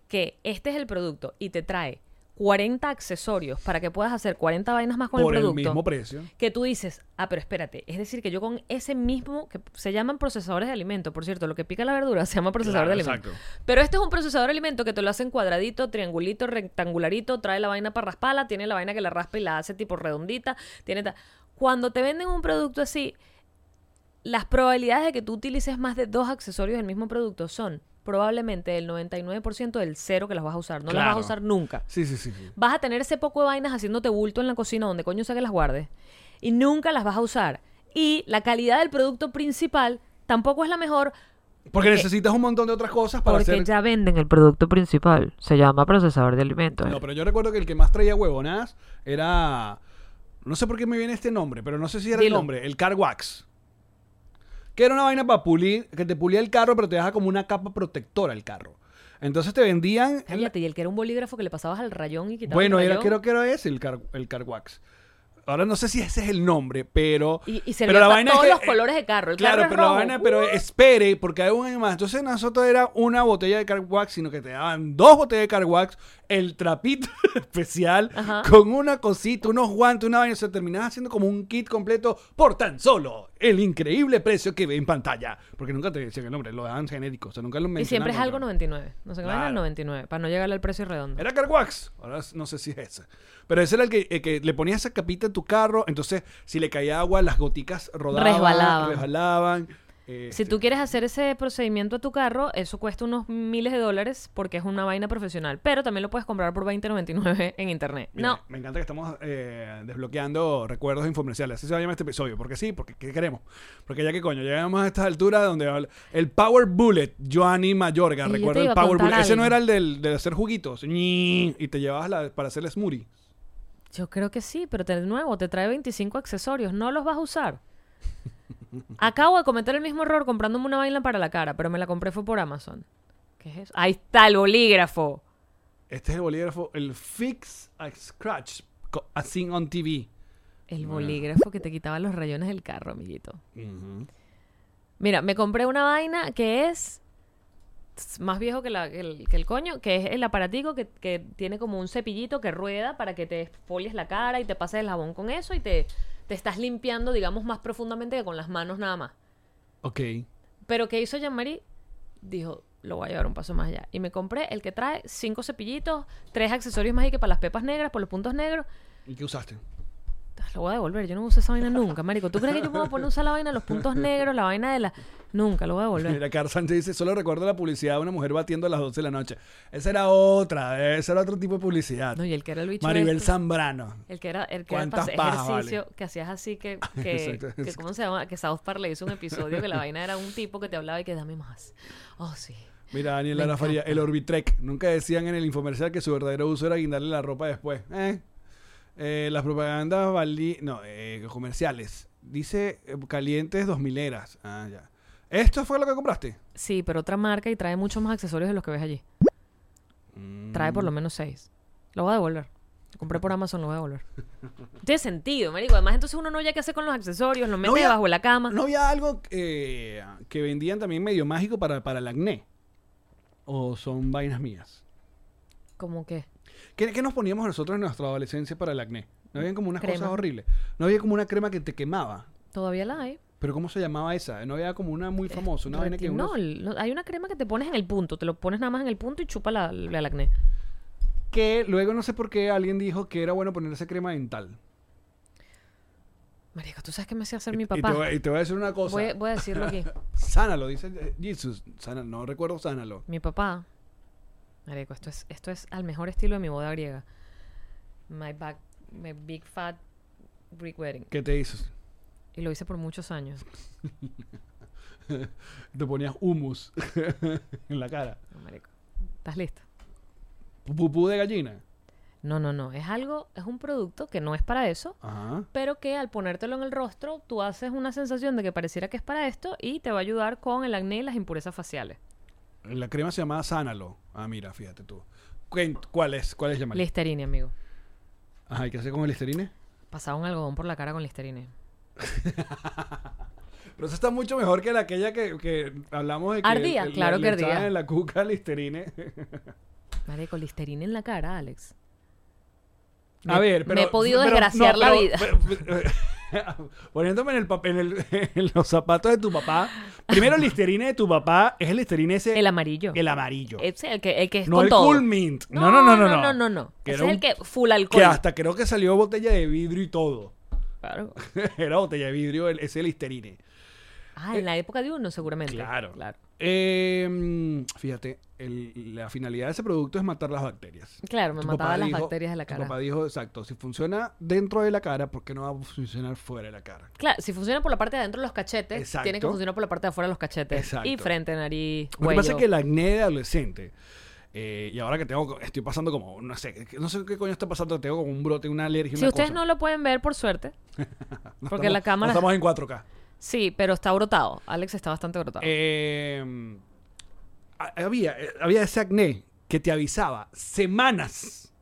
Speaker 4: que este es el producto y te trae 40 accesorios para que puedas hacer 40 vainas más con
Speaker 3: Por
Speaker 4: el
Speaker 3: el
Speaker 4: producto.
Speaker 3: mismo precio.
Speaker 4: que tú dices, ah, pero espérate, es decir, que yo con ese mismo, que se llaman procesadores de alimento, por cierto, lo que pica la verdura <laughs> se llama procesador
Speaker 3: Claro,
Speaker 4: de alimento.
Speaker 3: exacto.
Speaker 4: Pero este es un procesador de alimento que te lo hacen cuadradito, triangulito, rectangularito, trae la vaina para rasparla, tiene la vaina que la raspa y la hace tipo redondita, tiene ta- Cuando te venden un producto así, las probabilidades de que tú utilices más de dos accesorios del mismo producto son probablemente del 99% del cero que las vas a usar, no las
Speaker 3: Claro.
Speaker 4: vas a usar nunca
Speaker 3: Sí, sí, sí. sí.
Speaker 4: vas a tener ese poco de vainas haciéndote bulto en la cocina donde coño sea que las guardes y nunca las vas a usar. Y la calidad del producto principal tampoco es la mejor
Speaker 3: Porque necesitas un montón de otras cosas para
Speaker 4: Eh, porque
Speaker 3: hacer.
Speaker 4: ya venden el producto principal. Se llama procesador de alimentos.
Speaker 3: No, pero yo recuerdo que el que más traía huevonadas era. No sé por qué me viene este nombre, pero no sé si era
Speaker 4: Dilo.
Speaker 3: el nombre, el Car Wax. Que era una vaina para pulir, que te pulía el carro, pero te deja como una capa protectora el carro. Entonces te vendían. el-
Speaker 4: Cállate, y el que era un bolígrafo que le pasabas al rayón y quitabas
Speaker 3: bueno,
Speaker 4: el
Speaker 3: era,
Speaker 4: rayón.
Speaker 3: creo que era ese el Car, el Car Wax. Ahora no sé si ese es el nombre, pero.
Speaker 4: Y- y servía
Speaker 3: pero la
Speaker 4: para
Speaker 3: vaina es
Speaker 4: todos
Speaker 3: que- eh,
Speaker 4: los colores de carro. El
Speaker 3: claro,
Speaker 4: carro es
Speaker 3: pero la
Speaker 4: rojo. Uh.
Speaker 3: vaina, pero espere, porque hay un año más. Entonces nosotros era una botella de Carwax, sino que te daban dos botellas de Carwax, el trapito <laughs> especial,
Speaker 4: Ajá.
Speaker 3: con una cosita, unos guantes, una vaina. O sea, terminabas haciendo como un kit completo por tan solo el increíble precio que ve en pantalla. Porque nunca te decían el nombre, lo daban genérico. O sea, nunca lo
Speaker 4: Y
Speaker 3: mencionaban.
Speaker 4: siempre es algo
Speaker 3: ¿no?
Speaker 4: 99. No sé qué vaina
Speaker 3: Claro.
Speaker 4: el 99, para no llegarle al precio redondo.
Speaker 3: Era Carwax. Ahora no sé si es ese. Pero ese era el que, el que le ponía esa capita en tu carro. Entonces, si le caía agua, las goticas rodaban.
Speaker 4: Resbalaban.
Speaker 3: resbalaban.
Speaker 4: Si
Speaker 3: Este,
Speaker 4: tú quieres hacer ese procedimiento a tu carro, eso cuesta unos miles de dólares porque es una vaina profesional. Pero también lo puedes comprar por 20.99 en internet.
Speaker 3: Mira,
Speaker 4: no,
Speaker 3: Me encanta que estamos eh, desbloqueando recuerdos infomerciales. Así se va a llamar este episodio. Porque sí, porque ¿qué queremos? Porque ya que coño, llegamos a esta altura donde habla- el Power Bullet, Joanny Mayorga,
Speaker 4: Y yo te
Speaker 3: recuerdo el
Speaker 4: iba a
Speaker 3: Power
Speaker 4: contar
Speaker 3: Bullet. Ese
Speaker 4: algo.
Speaker 3: no era el del, de hacer juguitos. Ñi, Y te llevabas la, para hacer el smoothie.
Speaker 4: yo creo que sí, pero de nuevo te trae 25 accesorios, no los vas a usar. Acabo de cometer el mismo error comprándome una vaina para la cara, pero me la compré fue por Amazon. ¿Qué es eso? Ahí está el bolígrafo.
Speaker 3: Este es el bolígrafo, el Fix a Scratch, co- a Sing on TV.
Speaker 4: El bolígrafo que te quitaba los rayones del carro, amiguito. Mira, me compré una vaina que es tss, más viejo que, la- que el, que el coño, que es el aparatico que, que tiene como un cepillito que rueda para que te exfolies la cara y te pases el jabón con eso y te, te estás limpiando, digamos, más profundamente que con las manos nada más.
Speaker 3: Ok.
Speaker 4: Pero ¿qué hizo Jean-Marie? Dijo, lo voy a llevar un paso más allá. Y me compré el que trae cinco cepillitos, tres accesorios más y que para las pepas negras, por los puntos negros.
Speaker 3: ¿Y qué usaste?
Speaker 4: lo voy a devolver. Yo no uso esa vaina nunca, marico. ¿Tú crees que yo puedo poner a usar la vaina de
Speaker 3: <laughs>
Speaker 4: los puntos negros, la vaina de la... Nunca, lo voy a devolver.
Speaker 3: Mira, Carl Sánchez dice, solo recuerdo la publicidad de una mujer batiendo a las 12 de la noche. Esa era otra, ese era otro tipo de publicidad.
Speaker 4: No, y el que era el bicho
Speaker 3: Maribel
Speaker 4: este,
Speaker 3: Zambrano.
Speaker 4: El que era, el que era
Speaker 3: ¿Cuántas
Speaker 4: para
Speaker 3: pajas,
Speaker 4: ejercicio
Speaker 3: vale?
Speaker 4: que hacías
Speaker 3: <laughs>
Speaker 4: así que,
Speaker 3: Exacto,
Speaker 4: que, que
Speaker 3: exacto.
Speaker 4: ¿cómo se llama? Que South Park le hizo un episodio que la vaina era un tipo que te hablaba y que dame más. Oh, sí.
Speaker 3: Mira, Daniel
Speaker 4: Me
Speaker 3: Lara Faría,
Speaker 4: encanta.
Speaker 3: el Orbitrek. Nunca decían en el infomercial que su verdadero uso era guindarle la ropa después. ¿Eh? Eh, las propagandas valí... No, eh, comerciales. Dice eh, calientes 2000 eras. Ah, ya. ¿Esto fue lo que compraste?
Speaker 4: Sí, pero otra marca y trae muchos más accesorios de los que ves allí. Trae por lo
Speaker 3: Mm.
Speaker 4: menos seis. Lo voy a devolver. Lo
Speaker 3: <laughs>
Speaker 4: compré por Amazon, lo voy a devolver. No tiene sentido, marico. Además, entonces uno no ya qué hacer con los accesorios, los mete
Speaker 3: había-
Speaker 4: debajo de la cama.
Speaker 3: ¿No había algo eh, que vendían también medio mágico para, para el acné? ¿O son vainas mías?
Speaker 4: ¿Cómo que?
Speaker 3: ¿Qué, qué nos poníamos nosotros en nuestra adolescencia para el acné? No había como unas
Speaker 4: Crema.
Speaker 3: cosas horribles. No había como una crema que te quemaba.
Speaker 4: Todavía la hay.
Speaker 3: ¿Pero cómo se llamaba esa? No había como una muy famosa, una vaina que uno...
Speaker 4: Eh, Retinol. No, Hay una crema que te pones en el punto. Te lo pones nada más en el punto y chupa la, la- el acné.
Speaker 3: Que luego no sé por qué alguien dijo que era bueno ponerse crema dental.
Speaker 4: Marico, ¿tú sabes qué me hacía hacer mi
Speaker 3: Y te, voy,
Speaker 4: papá?
Speaker 3: y te voy a decir una cosa.
Speaker 4: Voy, voy a decirlo
Speaker 3: <laughs>
Speaker 4: aquí.
Speaker 3: Sánalo, dice eh, Jesus. Sana- no recuerdo sánalo.
Speaker 4: Mi papá, marico, esto es, esto es al mejor estilo de mi boda griega. My, back, my big fat Greek wedding.
Speaker 3: ¿Qué te hizo?
Speaker 4: Y lo hice por muchos años.
Speaker 3: Te ponías humus <laughs> en la cara.
Speaker 4: No, marico, ¿estás lista?
Speaker 3: Pupú de gallina.
Speaker 4: No, no, no. Es algo, es un producto que no es para eso,
Speaker 3: Ajá.
Speaker 4: pero que al ponértelo en el rostro, tú haces una sensación de que pareciera que es para esto y te va a ayudar con el acné y las impurezas faciales.
Speaker 3: La crema se llamaba Sánalo. Ah, mira, fíjate tú. Cuen- ¿Cuál es? ¿Cuál es llamar?
Speaker 4: Listerine, amigo.
Speaker 3: Ajá, ¿y qué hacer con el listerine?
Speaker 4: Pasaba un algodón por la cara con listerine.
Speaker 3: Pero esa está mucho mejor que la aquella que, que hablamos de que
Speaker 4: Ardía,
Speaker 3: el- el-
Speaker 4: claro
Speaker 3: le
Speaker 4: que
Speaker 3: echaban
Speaker 4: ardía.
Speaker 3: en la cuca al
Speaker 4: <laughs>
Speaker 3: listerine.
Speaker 4: Marico, listerine en la cara, Alex.
Speaker 3: A
Speaker 4: Me-
Speaker 3: ver, pero.
Speaker 4: me he podido
Speaker 3: pero-
Speaker 4: desgraciar
Speaker 3: no,
Speaker 4: la
Speaker 3: pero-
Speaker 4: vida.
Speaker 3: pero- pero- <laughs> poniéndome en, el, pap- en, el- <laughs> en los zapatos de tu papá. Primero, el listerine de tu papá es el listerine ese.
Speaker 4: El amarillo.
Speaker 3: el amarillo.
Speaker 4: Es el que, el que es
Speaker 3: no
Speaker 4: con
Speaker 3: el
Speaker 4: todo.
Speaker 3: cool mint. No, no, no, no.
Speaker 4: No, no, no. no.
Speaker 3: Que
Speaker 4: Ese
Speaker 3: era
Speaker 4: es el
Speaker 3: un-
Speaker 4: que full alcohol.
Speaker 3: Que hasta creo que salió botella de vidrio y todo. <laughs>
Speaker 4: Claro.
Speaker 3: Era botella de vidrio el- ese listerine.
Speaker 4: Ah, en la época de uno, seguramente.
Speaker 3: Eh, Claro.
Speaker 4: Claro.
Speaker 3: Eh, mm, fíjate, el- la finalidad de ese producto es matar las bacterias.
Speaker 4: Claro, me
Speaker 3: Tu
Speaker 4: mataba
Speaker 3: papá
Speaker 4: las
Speaker 3: dijo-
Speaker 4: bacterias de la
Speaker 3: Tu
Speaker 4: cara.
Speaker 3: papá dijo, exacto, si funciona dentro de la cara, ¿por qué no va a funcionar fuera de la cara?
Speaker 4: Claro, si funciona por la parte de adentro de los cachetes, tiene que
Speaker 3: Exacto.
Speaker 4: funcionar por la parte de afuera de los cachetes.
Speaker 3: Exacto.
Speaker 4: Y frente, nariz,
Speaker 3: Lo que
Speaker 4: cuello.
Speaker 3: pasa es que el acné de adolescente, eh, y ahora que tengo, co- estoy pasando como, no sé, que- no sé qué coño está pasando, tengo como un brote, una alergia,
Speaker 4: Si
Speaker 3: una
Speaker 4: ustedes
Speaker 3: cosa.
Speaker 4: no lo pueden ver, por suerte.
Speaker 3: <laughs> No
Speaker 4: porque la
Speaker 3: estamos-
Speaker 4: cámara-
Speaker 3: no estamos en 4K.
Speaker 4: Sí, pero está brotado. Alex está bastante brotado.
Speaker 3: Eh, ha- había, eh, había ese acné que te avisaba semanas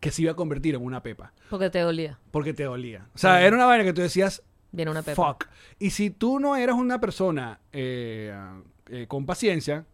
Speaker 3: que se iba a convertir en una pepa,
Speaker 4: porque te dolía.
Speaker 3: porque te dolía. O sea, era una vaina que tú decías,
Speaker 4: Viene una pepa.
Speaker 3: Fuck. Y si tú no eras una persona eh, eh, con paciencia,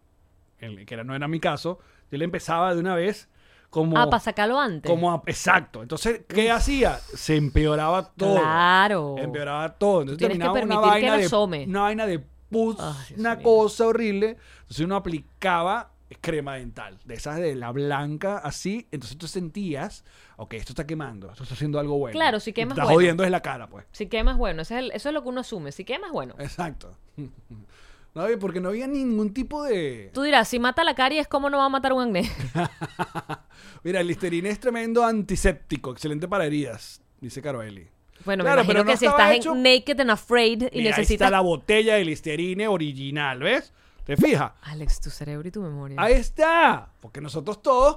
Speaker 3: el- que era- no era mi caso, yo le empezaba de una vez como...
Speaker 4: Ah, para sacarlo antes.
Speaker 3: como a- exacto. Entonces, ¿qué hacía? Se empeoraba todo.
Speaker 4: Claro.
Speaker 3: Empeoraba todo. Entonces
Speaker 4: Tú tienes
Speaker 3: terminaba
Speaker 4: que
Speaker 3: una
Speaker 4: permitir que
Speaker 3: vaina
Speaker 4: él
Speaker 3: de-
Speaker 4: asome.
Speaker 3: Una vaina de pus,
Speaker 4: Ay, Dios
Speaker 3: una
Speaker 4: mío.
Speaker 3: cosa horrible. Entonces uno aplicaba crema dental, de esas de la blanca, así. Entonces tú sentías, ok, esto está quemando, esto está haciendo algo bueno.
Speaker 4: Claro, si
Speaker 3: Y te
Speaker 4: quemas,
Speaker 3: Está
Speaker 4: bueno.
Speaker 3: jodiendo es la cara, pues.
Speaker 4: Si quemas, bueno. Ese es el- eso es lo que uno asume. Si quemas, bueno.
Speaker 3: Eh. Exacto. <laughs> No había, porque no había ningún tipo de.
Speaker 4: Tú dirás, si mata la caries, ¿cómo no va a matar un acné?
Speaker 3: Mira, el listerine es tremendo antiséptico, excelente para heridas, dice Caroeli.
Speaker 4: Bueno,
Speaker 3: Claro,
Speaker 4: me
Speaker 3: pero
Speaker 4: imagino
Speaker 3: no
Speaker 4: que si
Speaker 3: estaba
Speaker 4: estás
Speaker 3: hecho-
Speaker 4: en Naked and Afraid y
Speaker 3: Mira, ahí
Speaker 4: necesitas...
Speaker 3: está la botella de listerine original, ¿ves? ¿Te fijas?
Speaker 4: Alex, tu cerebro y tu memoria.
Speaker 3: Ahí está. Porque nosotros todos.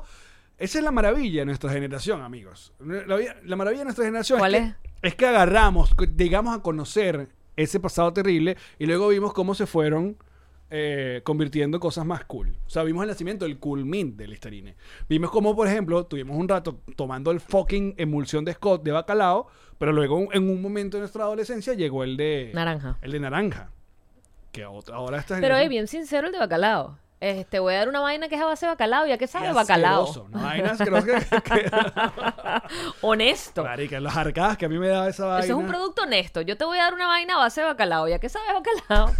Speaker 3: Esa es la maravilla de nuestra generación, amigos. La, la maravilla de nuestra generación
Speaker 4: ¿Cuál
Speaker 3: es, que, es que agarramos, que llegamos a conocer ese pasado terrible y luego vimos cómo se fueron eh, convirtiendo en cosas más cool. O sea, vimos el nacimiento del cool mint del Listerine. Vimos cómo, por ejemplo, tuvimos un rato tomando el fucking emulsión de Scott de bacalao, pero luego en un momento de nuestra adolescencia llegó el de
Speaker 4: Naranja.
Speaker 3: El de naranja. Que otra- ahora esta
Speaker 4: Pero eh, es
Speaker 3: generación-
Speaker 4: bien sincero el de bacalao. Este, Te voy a dar una vaina que es a base de bacalao. ¿Ya qué sabe bacalao?
Speaker 3: Asqueroso, una vaina asquerosa que- que-
Speaker 4: Honesto.
Speaker 3: Marica, las arcadas que a mí me daba esa vaina.
Speaker 4: Eso es un producto honesto. Yo te voy a dar una vaina a base de bacalao. ¿Ya qué sabe
Speaker 3: <laughs>
Speaker 4: bacalao?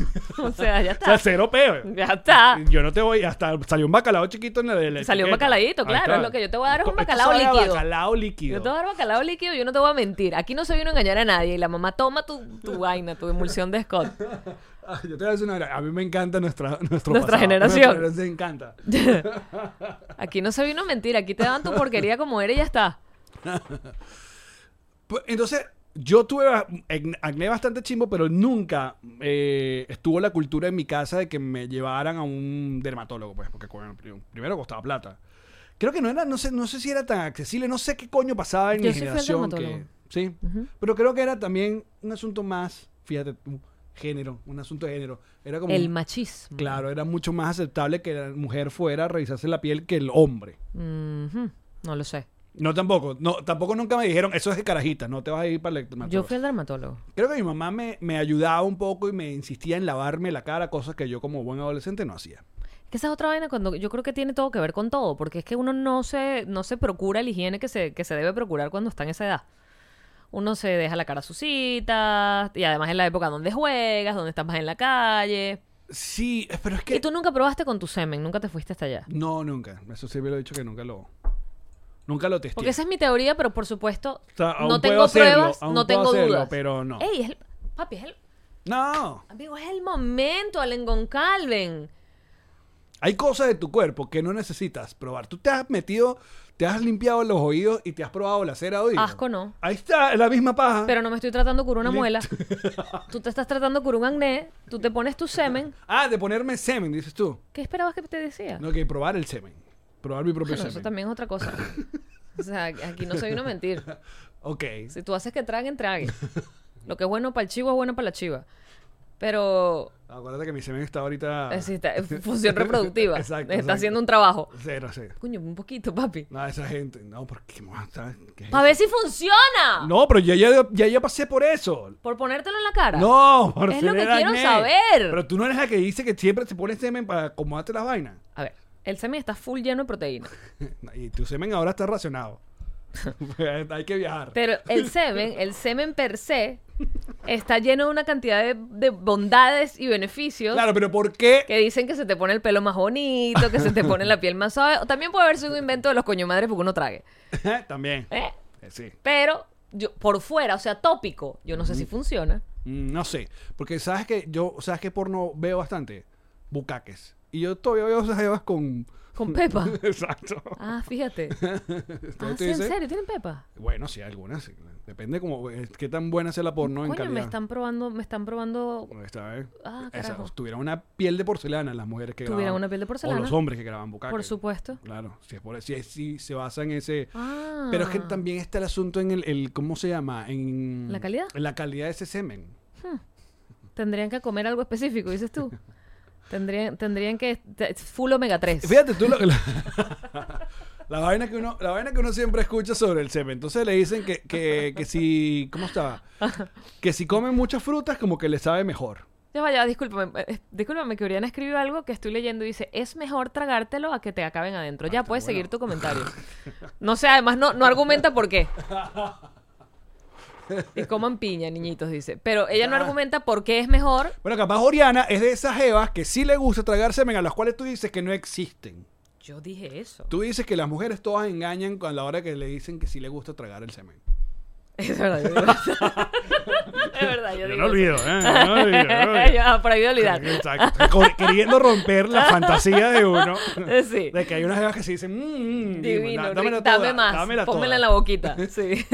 Speaker 4: o sea, ya
Speaker 3: O sea,
Speaker 4: está.
Speaker 3: cero peo.
Speaker 4: Ya está.
Speaker 3: Yo no te voy, hasta salió un bacalao chiquito en la de la
Speaker 4: Salió un
Speaker 3: etiqueta.
Speaker 4: bacalaíto,
Speaker 3: Ahí
Speaker 4: claro,
Speaker 3: está.
Speaker 4: es lo que yo te voy a dar es un
Speaker 3: Esto- esto
Speaker 4: bacalao
Speaker 3: sabe a
Speaker 4: líquido.
Speaker 3: bacalao líquido.
Speaker 4: Yo te voy a dar bacalao líquido, yo no te voy a mentir. Aquí no se vino a engañar a nadie. Y la mamá toma tu, tu vaina, tu emulsión de Scott.
Speaker 3: Ah, Yo te voy a decir una verdad. A mí me encanta nuestra, nuestro
Speaker 4: Nuestra
Speaker 3: pasado.
Speaker 4: generación.
Speaker 3: Nuestra Me encanta.
Speaker 4: Aquí no se vino a mentir, aquí te dan tu porquería como eres y ya está.
Speaker 3: Pues, Entonces, yo tuve ba- acné- acné bastante chimbo, pero nunca eh, estuvo la cultura en mi casa de que me llevaran a un dermatólogo, pues, porque coño, pri- primero costaba plata. Creo que no era, no sé, no sé si era tan accesible, no sé qué coño pasaba en
Speaker 4: Yo
Speaker 3: mi
Speaker 4: sí fui al
Speaker 3: generación. Que,
Speaker 4: dermatólogo.
Speaker 3: sí, pero creo que era también un asunto más, fíjate tú, género, un asunto de género. Era como
Speaker 4: El
Speaker 3: un-
Speaker 4: machismo.
Speaker 3: Claro, era mucho más aceptable que la mujer fuera a revisarse la piel que el hombre.
Speaker 4: Ujú, No lo sé.
Speaker 3: No, tampoco. No, tampoco nunca me dijeron, eso es de carajita, no te vas a ir para el dermatólogo".
Speaker 4: Yo fui al dermatólogo.
Speaker 3: Creo que mi mamá me, me ayudaba un poco y me insistía en lavarme la cara, cosas que yo como buen adolescente no hacía.
Speaker 4: Que esa es otra vaina cuando yo creo que tiene todo que ver con todo, porque es que uno no se, no se procura el higiene que se, que se debe procurar cuando está en esa edad. Uno se deja la cara sucita, y además en la época donde juegas, donde estás más en la calle.
Speaker 3: Sí, pero es
Speaker 4: Y
Speaker 3: que...
Speaker 4: tú nunca probaste con tu semen, nunca te fuiste hasta allá.
Speaker 3: No, nunca. Eso sí me lo he dicho que nunca lo... Nunca lo testé.
Speaker 4: Porque esa es mi teoría, pero por supuesto,
Speaker 3: O sea, aún
Speaker 4: no tengo
Speaker 3: puedo hacerlo,
Speaker 4: pruebas,
Speaker 3: aún
Speaker 4: no
Speaker 3: puedo
Speaker 4: tengo
Speaker 3: hacerlo,
Speaker 4: dudas.
Speaker 3: pero no.
Speaker 4: Ey, es el, papi, es el,
Speaker 3: No.
Speaker 4: amigo, es el momento, Alengón Calven.
Speaker 3: Hay cosas de tu cuerpo que no necesitas probar. Tú te has metido, te has limpiado los oídos y te has probado la cera de oído.
Speaker 4: Asco no.
Speaker 3: Ahí está, la misma paja.
Speaker 4: Pero no me estoy tratando con una
Speaker 3: Listo.
Speaker 4: muela.
Speaker 3: <laughs>
Speaker 4: Tú te estás tratando con un acné, tú te pones tu semen.
Speaker 3: Ah, de ponerme semen, dices tú.
Speaker 4: ¿Qué esperabas que te decía?
Speaker 3: No, que probar el semen. Probar mi propio
Speaker 4: Bueno, eso
Speaker 3: semen.
Speaker 4: también es otra cosa. O sea, aquí no se vino a mentir.
Speaker 3: Ok.
Speaker 4: Si tú haces que traguen, traguen. Lo que es bueno para el chivo es bueno para la chiva. Pero
Speaker 3: Acuérdate que mi semen está ahorita...
Speaker 4: eh, sí está- es función reproductiva.
Speaker 3: Ah. <laughs> Exacto,
Speaker 4: está
Speaker 3: exacto.
Speaker 4: haciendo un trabajo.
Speaker 3: Cero, cero.
Speaker 4: Coño, un poquito, papi.
Speaker 3: No, esa gente. No, porque... no, ¿sabes qué es
Speaker 4: Para ver si funciona.
Speaker 3: eso? No, pero ya, ya, ya, ya pasé por eso.
Speaker 4: Por ponértelo en la cara.
Speaker 3: No, por
Speaker 4: Es lo que
Speaker 3: tener
Speaker 4: quiero
Speaker 3: acné.
Speaker 4: saber.
Speaker 3: Pero tú no eres la que dice que siempre te pones semen para acomodarte las vainas. <laughs>
Speaker 4: A ver, el semen está full lleno de proteína.
Speaker 3: Y tu semen ahora está racionado. <laughs> Pues, Hay que viajar.
Speaker 4: Pero el semen, el semen per se, está lleno de una cantidad de, de bondades y beneficios.
Speaker 3: Claro, pero ¿por qué?
Speaker 4: Que dicen que se te pone el pelo más bonito, que se te pone la piel más suave. O también puede haber sido un invento de los coño madres porque uno trague.
Speaker 3: <laughs> También.
Speaker 4: ¿eh?
Speaker 3: Eh, Sí.
Speaker 4: Pero yo, por fuera, o sea, tópico, yo no sé si funciona.
Speaker 3: Mm, No sé. Porque sabes que yo, sabes que porno veo bastante. Bucaques. Y yo todavía veo esas jevas con. <laughs>
Speaker 4: Con pepa.
Speaker 3: Exacto.
Speaker 4: Ah,
Speaker 3: <laughs>
Speaker 4: fíjate. Ah,
Speaker 3: Entonces tú
Speaker 4: sí, en
Speaker 3: dices,
Speaker 4: serio, tienen pepa.
Speaker 3: Bueno, sí, algunas. sí. Depende como eh, qué tan buena sea la porno en
Speaker 4: Coño,
Speaker 3: calidad.
Speaker 4: me están probando, me están probando.
Speaker 3: Esta, eh,
Speaker 4: Ah,
Speaker 3: esas,
Speaker 4: carajo.
Speaker 3: tuvieran una piel de porcelana las mujeres que
Speaker 4: Tuvieran
Speaker 3: grababan.
Speaker 4: una piel de
Speaker 3: O
Speaker 4: porcelana.
Speaker 3: los hombres que graban bucaques.
Speaker 4: Por supuesto.
Speaker 3: Claro, si es por si, es- si se basa en ese.
Speaker 4: Ah.
Speaker 3: Pero es que también está el asunto en el, el- ¿cómo se llama? En
Speaker 4: ¿La calidad?
Speaker 3: En la calidad de ese semen.
Speaker 4: Tendrían que comer algo específico, dices <laughs> tú. Tendrían, tendrían que. te- Full omega 3.
Speaker 3: Fíjate tú lo- la, la <laughs> vaina que uno, la vaina que uno siempre escucha sobre el semen. Entonces le dicen que, que, que si, ¿cómo estaba? Que si comen muchas frutas como que le sabe mejor.
Speaker 4: Ya vaya, discúlpame. eh, Discúlpame que Oriana escribió algo que estoy leyendo y dice: Es mejor tragártelo a que te acaben adentro. ya puedes seguir tu <laughs> comentario. No sé, además no, no argumenta por <laughs> qué. Y coman piña, niñitos, dice. Pero ella no argumenta por qué es mejor.
Speaker 3: Bueno, capaz Oriana es de esas jevas que sí le gusta tragar semen a las cuales tú dices que no existen.
Speaker 4: Yo dije eso.
Speaker 3: Tú dices que las mujeres todas engañan con la hora que le dicen que sí le gusta tragar el semen.
Speaker 4: <laughs> Es verdad, yo digo eso. <laughs> Es verdad, yo, digo eso. <laughs>
Speaker 3: ¿eh?
Speaker 4: Yo, ah, prohibido olvidar.
Speaker 3: Exacto. Co- Queriendo romper
Speaker 4: <laughs>
Speaker 3: la fantasía de uno.
Speaker 4: Eh, Sí.
Speaker 3: De que hay unas jevas que se dicen, "Mm, mm,
Speaker 4: Divino,
Speaker 3: da-
Speaker 4: Rick,
Speaker 3: dámela
Speaker 4: dame
Speaker 3: toda,
Speaker 4: más,
Speaker 3: dámela toda".
Speaker 4: pónmela en la boquita,
Speaker 3: <laughs>
Speaker 4: sí.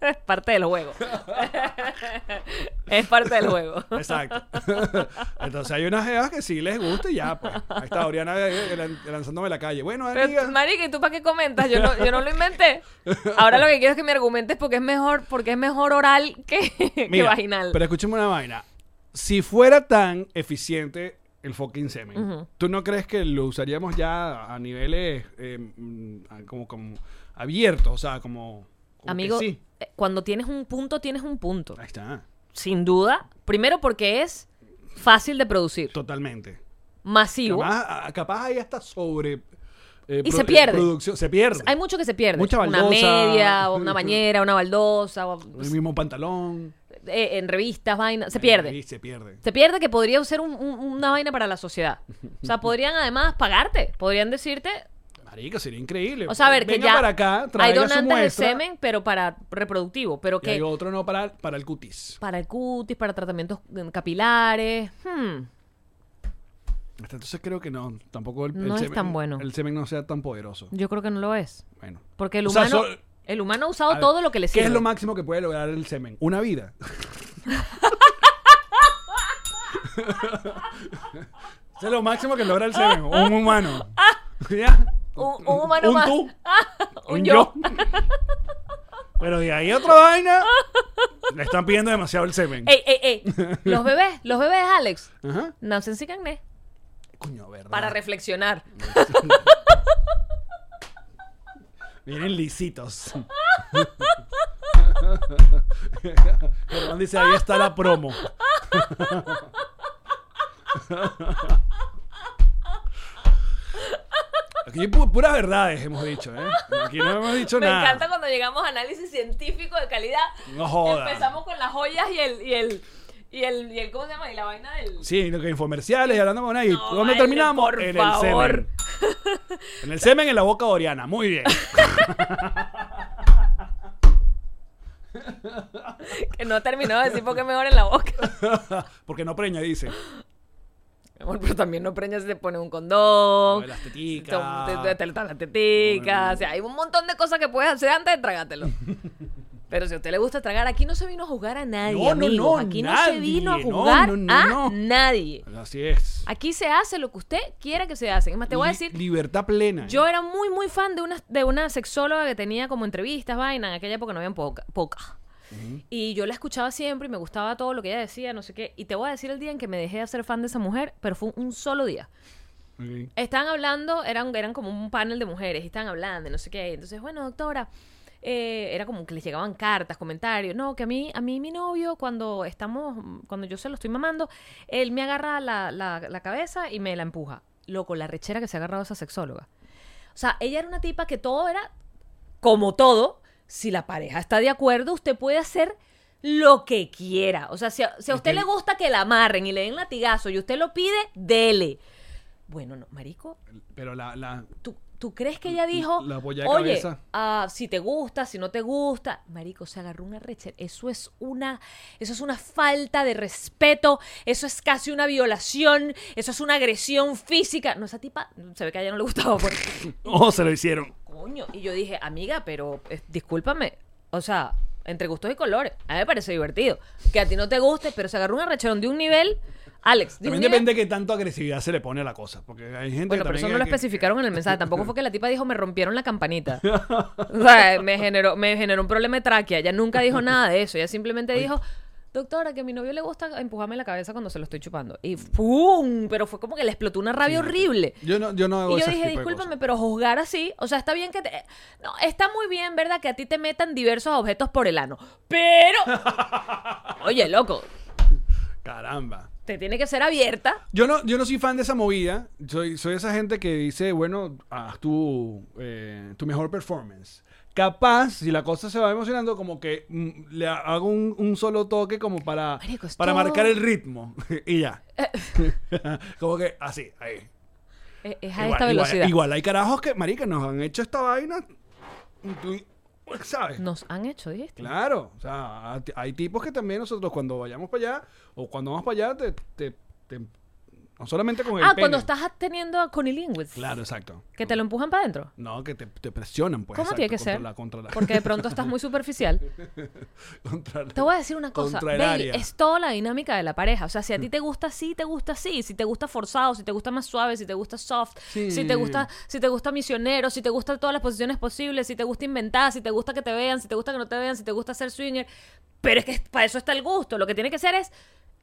Speaker 4: es <laughs> parte del juego. <laughs> es parte del juego.
Speaker 3: Exacto. <laughs> Entonces hay unas jevas que sí les gusta y ya, pues. Ahí está Oriana eh, lan- lanzándome a la calle. Bueno,
Speaker 4: Pero,
Speaker 3: amiga.
Speaker 4: marica, ¿y tú para qué comentas? Yo no, yo no lo inventé. Ahora lo que quiero es que me argumentes porque es mejor, porque es mejor oral que, <laughs> que
Speaker 3: Mira,
Speaker 4: vaginal.
Speaker 3: Pero escúchame una vaina. Si fuera tan eficiente el fucking semen, ¿tú no crees que lo usaríamos ya a niveles eh, mm, a- como, como abiertos? O sea, como. como que
Speaker 4: Amigo,
Speaker 3: sí.
Speaker 4: eh, cuando tienes un punto, tienes un punto.
Speaker 3: Ahí está.
Speaker 4: Sin duda. Primero porque es fácil de producir.
Speaker 3: Totalmente.
Speaker 4: masivo.
Speaker 3: Capaz, ah, capaz ahí hasta sobre. eh,
Speaker 4: Y
Speaker 3: pro-
Speaker 4: se pierde.
Speaker 3: Producción. Se pierde.
Speaker 4: Hay mucho que se pierde.
Speaker 3: Mucha
Speaker 4: Una
Speaker 3: baldosa.
Speaker 4: media, o una bañera, una baldosa, o-
Speaker 3: El mismo pantalón.
Speaker 4: eh, en revistas, vainas. Se pierde.
Speaker 3: Ahí se pierde.
Speaker 4: Se pierde que podría ser un- un- una vaina para la sociedad.
Speaker 3: <laughs>
Speaker 4: O sea, podrían además pagarte. Podrían decirte.
Speaker 3: Marica, sería increíble.
Speaker 4: O sea, a ver,
Speaker 3: Venga
Speaker 4: que ya.
Speaker 3: para acá,
Speaker 4: hay
Speaker 3: traiga su
Speaker 4: donantes de
Speaker 3: muestra.
Speaker 4: semen, pero para reproductivo. Pero
Speaker 3: Y hay
Speaker 4: que.
Speaker 3: otro no para, para el cutis.
Speaker 4: Para el cutis, para tratamientos eh, capilares. Hmm.
Speaker 3: Hasta Este, entonces creo que no. Tampoco el, el
Speaker 4: No es
Speaker 3: semen-
Speaker 4: tan bueno.
Speaker 3: El semen no sea tan poderoso.
Speaker 4: Yo creo que no lo es.
Speaker 3: Bueno.
Speaker 4: Porque el
Speaker 3: O sea,
Speaker 4: humano.
Speaker 3: so-
Speaker 4: el humano
Speaker 3: a
Speaker 4: ha usado
Speaker 3: ver,
Speaker 4: todo lo que le sirve.
Speaker 3: ¿Qué es lo máximo que puede lograr el semen? Una vida. <laughs> Eso es lo máximo que logra el semen. Un humano. <laughs> ¿Ya?
Speaker 4: Un, un humano
Speaker 3: un
Speaker 4: más.
Speaker 3: tú.
Speaker 4: <laughs> un yo.
Speaker 3: Pero de ahí a otra vaina. Le están pidiendo demasiado el semen.
Speaker 4: Ey, ey,
Speaker 3: <laughs>
Speaker 4: ey. Los bebés, los bebés, Alex.
Speaker 3: Ajá.
Speaker 4: Nacen sin acné.
Speaker 3: Coño, verdad.
Speaker 4: Para reflexionar.
Speaker 3: Vienen lisitos. Germán dice, ahí está la promo. Aquí pu- puras verdades hemos dicho, ¿eh? Aquí no hemos dicho
Speaker 4: Me
Speaker 3: nada.
Speaker 4: encanta cuando llegamos a análisis científico de calidad.
Speaker 3: No jodas.
Speaker 4: Empezamos con las joyas y el, y el, y el, y el- ¿cómo se llama? Y la vaina del...
Speaker 3: Sí, lo que infomerciales y hablando con ahí.
Speaker 4: No,
Speaker 3: ¿Dónde
Speaker 4: vale,
Speaker 3: terminamos?
Speaker 4: por
Speaker 3: en
Speaker 4: favor.
Speaker 3: el semen. En el semen en la boca de Oriana. Muy bien.
Speaker 4: Que no terminó de decir porque mejor en la boca.
Speaker 3: Porque no preña, dice.
Speaker 4: <laughs> Mi amor, pero también no preñas si te pone un condón.
Speaker 3: Lo de las
Speaker 4: Te,
Speaker 3: teticas.
Speaker 4: te- te- te quitan las teticas. O sea, hay un montón de cosas que puedes hacer antes de
Speaker 3: <laughs>
Speaker 4: tragártelo. Pero si a usted le gusta tragar, aquí no se vino a jugar a nadie,
Speaker 3: No, no,
Speaker 4: amigos.
Speaker 3: no,
Speaker 4: Aquí no se
Speaker 3: nadie.
Speaker 4: vino a
Speaker 3: No,
Speaker 4: jugar
Speaker 3: no, no,
Speaker 4: a
Speaker 3: no.
Speaker 4: nadie.
Speaker 3: Así es.
Speaker 4: Aquí se hace lo que usted quiera que se hace. Es más, te voy a
Speaker 3: Li-
Speaker 4: decir...
Speaker 3: Libertad plena. ¿eh?
Speaker 4: Yo era muy, muy fan de una, de una sexóloga que tenía como entrevistas, vaina, en aquella época no habían poca, poca. Y yo la escuchaba siempre y me gustaba todo lo que ella decía, no sé qué. Y te voy a decir el día en que me dejé de ser fan de esa mujer, pero fue un solo día.
Speaker 3: Ok.
Speaker 4: Estaban hablando, eran, eran como un panel de mujeres, y estaban hablando, y no sé qué. Entonces, bueno, doctora, eh, era como que les llegaban cartas, comentarios. No, que a mí, a mí mi novio, cuando estamos, cuando yo se lo estoy mamando, él me agarra la, la- la cabeza y me la empuja. Loco, la rechera que se ha agarrado esa sexóloga. O sea, ella era una tipa que todo era como todo. Si la pareja está de acuerdo, usted puede hacer lo que quiera. O sea, si a, si a usted
Speaker 3: que-
Speaker 4: le gusta que la amarren y le den latigazo y usted lo pide, dele. Bueno, no, marico,
Speaker 3: Pero la, la-
Speaker 4: ¿tú, tú crees que ella dijo,
Speaker 3: la polla de
Speaker 4: oye,
Speaker 3: cabeza"?
Speaker 4: ah, si te gusta, si no te gusta? Marico, se agarró una recher. Eso es una, eso es una falta de respeto, eso es casi una violación, eso es una agresión física. No, esa tipa, se ve que a ella no le gustaba. pues.
Speaker 3: <laughs> Oh, se lo hicieron.
Speaker 4: Coño, y yo dije, amiga, pero eh, discúlpame, o sea, entre gustos y colores, a mí me parece divertido. Que a ti no te guste, pero se agarró un arrechón de un nivel, Alex, de un
Speaker 3: También
Speaker 4: nivel-
Speaker 3: depende de qué tanto agresividad se le pone a la cosa. Porque hay gente
Speaker 4: Bueno,
Speaker 3: que
Speaker 4: pero eso
Speaker 3: también
Speaker 4: no lo
Speaker 3: hay que-
Speaker 4: especificaron en el mensaje. Tampoco fue que la tipa dijo, me rompieron
Speaker 3: <laughs>
Speaker 4: la campanita. O sea, me generó, me generó un problema de tráquea. Ella nunca dijo nada de eso. Ella simplemente dijo, doctora, que a mi novio le gusta empujarme la cabeza cuando se lo estoy chupando. Y ¡pum! Pero fue como que le explotó una rabia horrible.
Speaker 3: Yo no, yo no hago
Speaker 4: Y yo
Speaker 3: ese
Speaker 4: dije,
Speaker 3: tipo de
Speaker 4: discúlpame,
Speaker 3: cosas.
Speaker 4: pero juzgar así, o sea, está bien que te... eh, No, está muy bien, ¿verdad? Que a ti te metan diversos objetos por el ano.
Speaker 3: <laughs>
Speaker 4: Pero... Oye, loco,
Speaker 3: Caramba.
Speaker 4: te tiene que ser abierta.
Speaker 3: Yo no, yo no soy fan de esa movida. Soy, soy esa gente que dice, bueno, haz tu, eh, tu mejor performance. Capaz, si la cosa se va emocionando, como que mm, le hago un, un solo toque como para,
Speaker 4: Marico, es
Speaker 3: para
Speaker 4: todo- Eh.
Speaker 3: marcar el ritmo. <laughs> y ya. como que así, ahí.
Speaker 4: Es, e, es
Speaker 3: Igual-
Speaker 4: a esta
Speaker 3: igual-
Speaker 4: velocidad.
Speaker 3: Igual hay carajos que, marica, nos han hecho esta vaina. tú- pues, ¿Sabes?
Speaker 4: Nos han hecho, dijiste.
Speaker 3: Claro. O sea, a- hay tipos que también nosotros cuando vayamos para allá o cuando vamos para allá, te, te- te- no solamente con el
Speaker 4: Ah,
Speaker 3: pene.
Speaker 4: cuando estás teniendo a conilingües.
Speaker 3: Claro, exacto.
Speaker 4: Que te lo empujan para adentro.
Speaker 3: No, que te, te presionan, pues.
Speaker 4: ¿Cómo
Speaker 3: exacto,
Speaker 4: tiene que
Speaker 3: contra
Speaker 4: ser?
Speaker 3: la- contra la-
Speaker 4: Porque de pronto estás muy superficial.
Speaker 3: <laughs> contra la-
Speaker 4: Te voy a decir una cosa.
Speaker 3: Contra el
Speaker 4: Baby,
Speaker 3: área.
Speaker 4: es toda la dinámica de la pareja. O sea, si a ti te gusta así, te gusta así. Si te gusta forzado, si te gusta más suave, si te gusta soft,
Speaker 3: Sí.
Speaker 4: si te gusta, si te gusta misionero, si te gusta todas las posiciones posibles, si te gusta inventar, si te gusta que te vean, si te gusta que no te vean, si te gusta ser swinger. Pero es que para eso está el gusto. Lo que tiene que ser es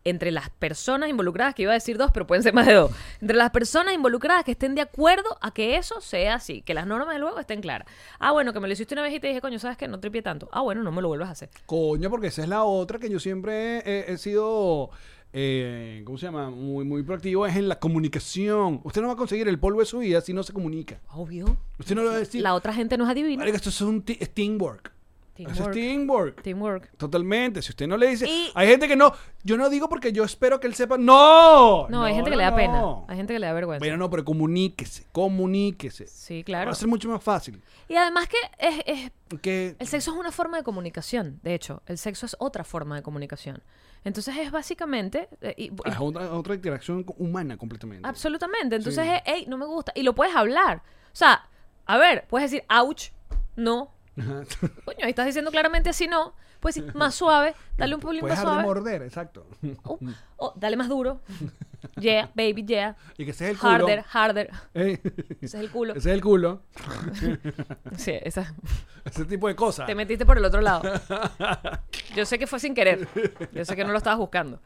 Speaker 4: entre las personas involucradas, que iba a decir dos, pero pueden ser más de dos, entre las personas involucradas que estén de acuerdo a que eso sea así, que las normas de luego estén claras. Ah, bueno, que me lo hiciste una vez y te dije, coño, ¿sabes qué? No tripié tanto. Ah, bueno, no me lo vuelvas a hacer.
Speaker 3: Coño, porque esa es la otra que yo siempre he, he sido eh, ¿cómo se llama? Muy, muy proactivo es en la comunicación. Usted no va a conseguir el polvo de su vida si no se comunica.
Speaker 4: Obvio.
Speaker 3: Usted no lo va a decir.
Speaker 4: La otra gente no es adivina.
Speaker 3: Marica, esto es un ti- es teamwork. Eso es
Speaker 4: Teamwork.
Speaker 3: teamwork.
Speaker 4: Teamwork.
Speaker 3: Totalmente. Si usted no le dice.
Speaker 4: Y-
Speaker 3: Hay gente que no. Yo no digo porque yo espero que él sepa. ¡No!
Speaker 4: No, hay gente que le da
Speaker 3: no.
Speaker 4: pena. Hay gente que le da vergüenza.
Speaker 3: Bueno, no, pero comuníquese. Comuníquese.
Speaker 4: sí,
Speaker 3: Va
Speaker 4: claro.
Speaker 3: a ser mucho más fácil.
Speaker 4: Y además que es, es-
Speaker 3: Que
Speaker 4: el sexo es una forma de comunicación. De hecho, el sexo es otra forma de comunicación. Entonces es básicamente... eh, y- y-
Speaker 3: Ah, es otra, otra interacción humana completamente.
Speaker 4: absolutamente. Entonces
Speaker 3: Sí.
Speaker 4: es, hey, no me gusta. Y lo puedes hablar. O sea, a ver, puedes decir, ouch,
Speaker 3: <laughs>
Speaker 4: no.
Speaker 3: Ajá.
Speaker 4: Coño, ahí estás diciendo claramente así no. Puedes decir más suave, dale un pelín
Speaker 3: Puedes
Speaker 4: más
Speaker 3: dejar de
Speaker 4: suave.
Speaker 3: morder, exacto. <laughs>
Speaker 4: Oh, oh, dale más duro. Yeah, baby, yeah.
Speaker 3: Y que ese es el culo.
Speaker 4: Harder, harder.
Speaker 3: Ey.
Speaker 4: Ese es el culo.
Speaker 3: <laughs> Ese es el culo.
Speaker 4: Sí, esa.
Speaker 3: Ese tipo de cosas.
Speaker 4: Te metiste por el
Speaker 3: <laughs>
Speaker 4: otro lado. Yo sé que fue sin querer. Yo sé que no lo estabas buscando.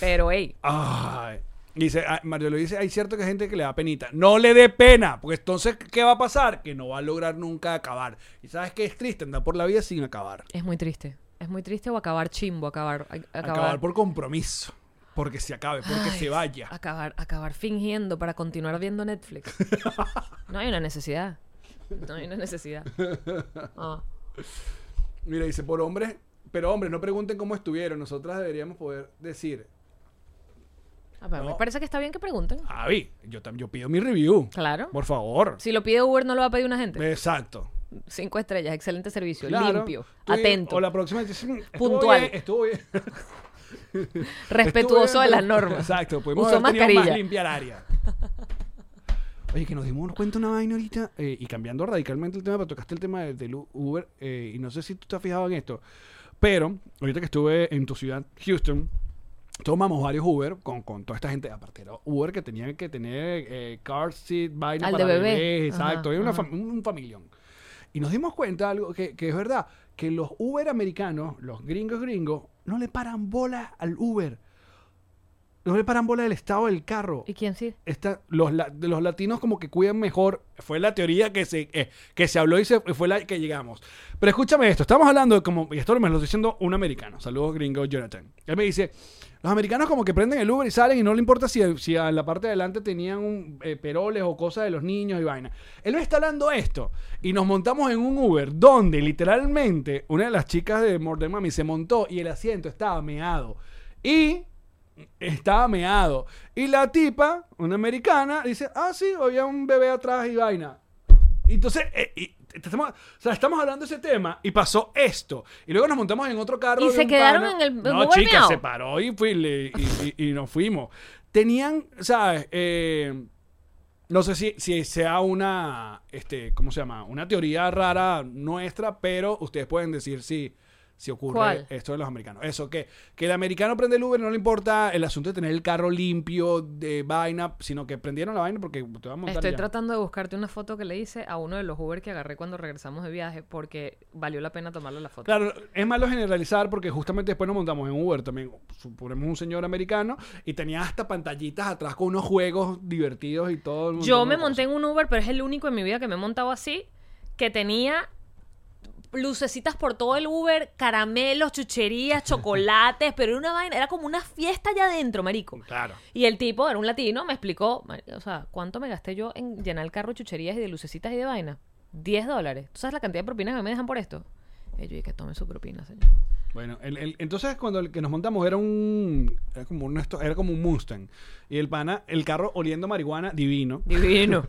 Speaker 4: Pero, hey,
Speaker 3: Ay. Dice, ah, Mario lo dice, hay cierto que hay gente que le da penita. No le dé pena, porque entonces, ¿qué va a pasar? Que no va a lograr nunca acabar. Y sabes que es triste andar por la vida sin acabar.
Speaker 4: es muy triste. Es muy triste o acabar chimbo, acabar. a-
Speaker 3: Acabar,
Speaker 4: Acabar,
Speaker 3: por compromiso. Porque se acabe, porque
Speaker 4: Ay,
Speaker 3: se vaya.
Speaker 4: Acabar, acabar fingiendo para continuar
Speaker 3: <laughs>
Speaker 4: viendo Netflix. No hay una necesidad. No hay una
Speaker 3: <laughs>
Speaker 4: necesidad. Ah.
Speaker 3: Mira, dice, por hombres, pero hombres, no pregunten cómo estuvieron. Nosotras deberíamos poder decir,
Speaker 4: Ah, pero Me
Speaker 3: No. Ah.
Speaker 4: parece que está bien que pregunten.
Speaker 3: Avi, yo, tam- yo pido mi review.
Speaker 4: Claro.
Speaker 3: Por favor.
Speaker 4: Si lo pide Uber, no lo va a pedir una gente.
Speaker 3: Exacto.
Speaker 4: Cinco estrellas, excelente servicio,
Speaker 3: Claro.
Speaker 4: limpio,
Speaker 3: Tú y-
Speaker 4: atento,
Speaker 3: O la próxima dice, "Mm, estuvo
Speaker 4: Puntual.
Speaker 3: bien, Estuvo bien.
Speaker 4: respetuoso
Speaker 3: Estuve-
Speaker 4: de las
Speaker 3: <laughs>
Speaker 4: normas.
Speaker 3: Exacto, podemos
Speaker 4: Usó
Speaker 3: haber tenido más
Speaker 4: mascarilla.
Speaker 3: limpia el área. <laughs> Oye, que nos dimos cuenta una vaina ahorita eh, y cambiando radicalmente el tema, pero tocaste el tema de- del U- Uber eh, y no sé si tú te has fijado en esto, pero ahorita que estuve en tu ciudad, Houston, tomamos varios Uber con, con toda esta gente, aparte era Uber que tenían que tener eh, car seat, vaina
Speaker 4: Al
Speaker 3: para
Speaker 4: de bebé.
Speaker 3: bebés,
Speaker 4: Ajá,
Speaker 3: exacto, era una
Speaker 4: ajá.
Speaker 3: fam- un, un familión. Y nos dimos cuenta algo que, que es verdad, que los Uber americanos, los gringos gringos, no le paran bola al Uber. No le paran bola del estado del carro.
Speaker 4: ¿Y quién sí?
Speaker 3: Esta- los, la- de los latinos como que cuidan mejor. Fue la teoría que se, eh, que se habló y se, fue la que llegamos. Pero escúchame esto. Estamos hablando de como... Y esto me lo estoy diciendo un americano. Saludos, gringo Jonathan. Él me dice... Los americanos como que prenden el Uber y salen y no le importa si, si en la parte de adelante tenían un, eh, peroles o cosas de los niños y vaina. Él me está hablando esto y nos montamos en un Uber donde literalmente una de las chicas de Morden Mami se montó y el asiento estaba meado. Y estaba meado. Y la tipa, una americana, dice, ah, sí, había un bebé atrás y vaina. Y entonces, eh, y te- te estamos, o sea, estamos hablando de ese tema y pasó esto. Y luego nos montamos en otro carro.
Speaker 4: Y
Speaker 3: de
Speaker 4: se
Speaker 3: un
Speaker 4: quedaron
Speaker 3: pana.
Speaker 4: en el- en
Speaker 3: No,
Speaker 4: Uber
Speaker 3: chicas,
Speaker 4: meao.
Speaker 3: se paró y, fui- le- y, y- y nos fuimos. Tenían, ¿sabes? Eh, no sé si, si sea una, este, ¿cómo se llama? Una teoría rara nuestra, pero ustedes pueden decir si, si ocurre
Speaker 4: ¿Cuál?
Speaker 3: esto de los americanos. Eso, que, que el americano prende el Uber, no le importa el asunto de tener el carro limpio, de vaina, sino que prendieron la vaina porque te va a montar
Speaker 4: Estoy
Speaker 3: ya.
Speaker 4: tratando de buscarte una foto que le hice a uno de los Uber que agarré cuando regresamos de viaje porque valió la pena tomarle la foto.
Speaker 3: Claro, es malo generalizar porque justamente después nos montamos en Uber también. Suponemos un señor americano y tenía hasta pantallitas atrás con unos juegos divertidos y todo. un
Speaker 4: Yo
Speaker 3: montón de
Speaker 4: me monté en un Uber, pero es el único en mi vida que me he montado así, que tenía lucecitas por todo el Uber, caramelos,
Speaker 3: <laughs>
Speaker 4: chucherías, chocolates, pero era una vaina, era como una fiesta allá adentro, marico.
Speaker 3: cosas. Claro.
Speaker 4: Y el tipo, era un latino, me explicó, "Mari- o sea, ¿cuánto me gasté yo en llenar el carro de chucherías y de lucecitas y de vaina? 10 dólares. ¿Tú sabes la cantidad de propinas que me dejan por esto? Y yo dije que tomen su propina, señor.
Speaker 3: Bueno, el- el- entonces cuando el que nos montamos era un era como un esto- era como un Mustang y el pana el carro oliendo marihuana divino, <laughs>
Speaker 4: Divino.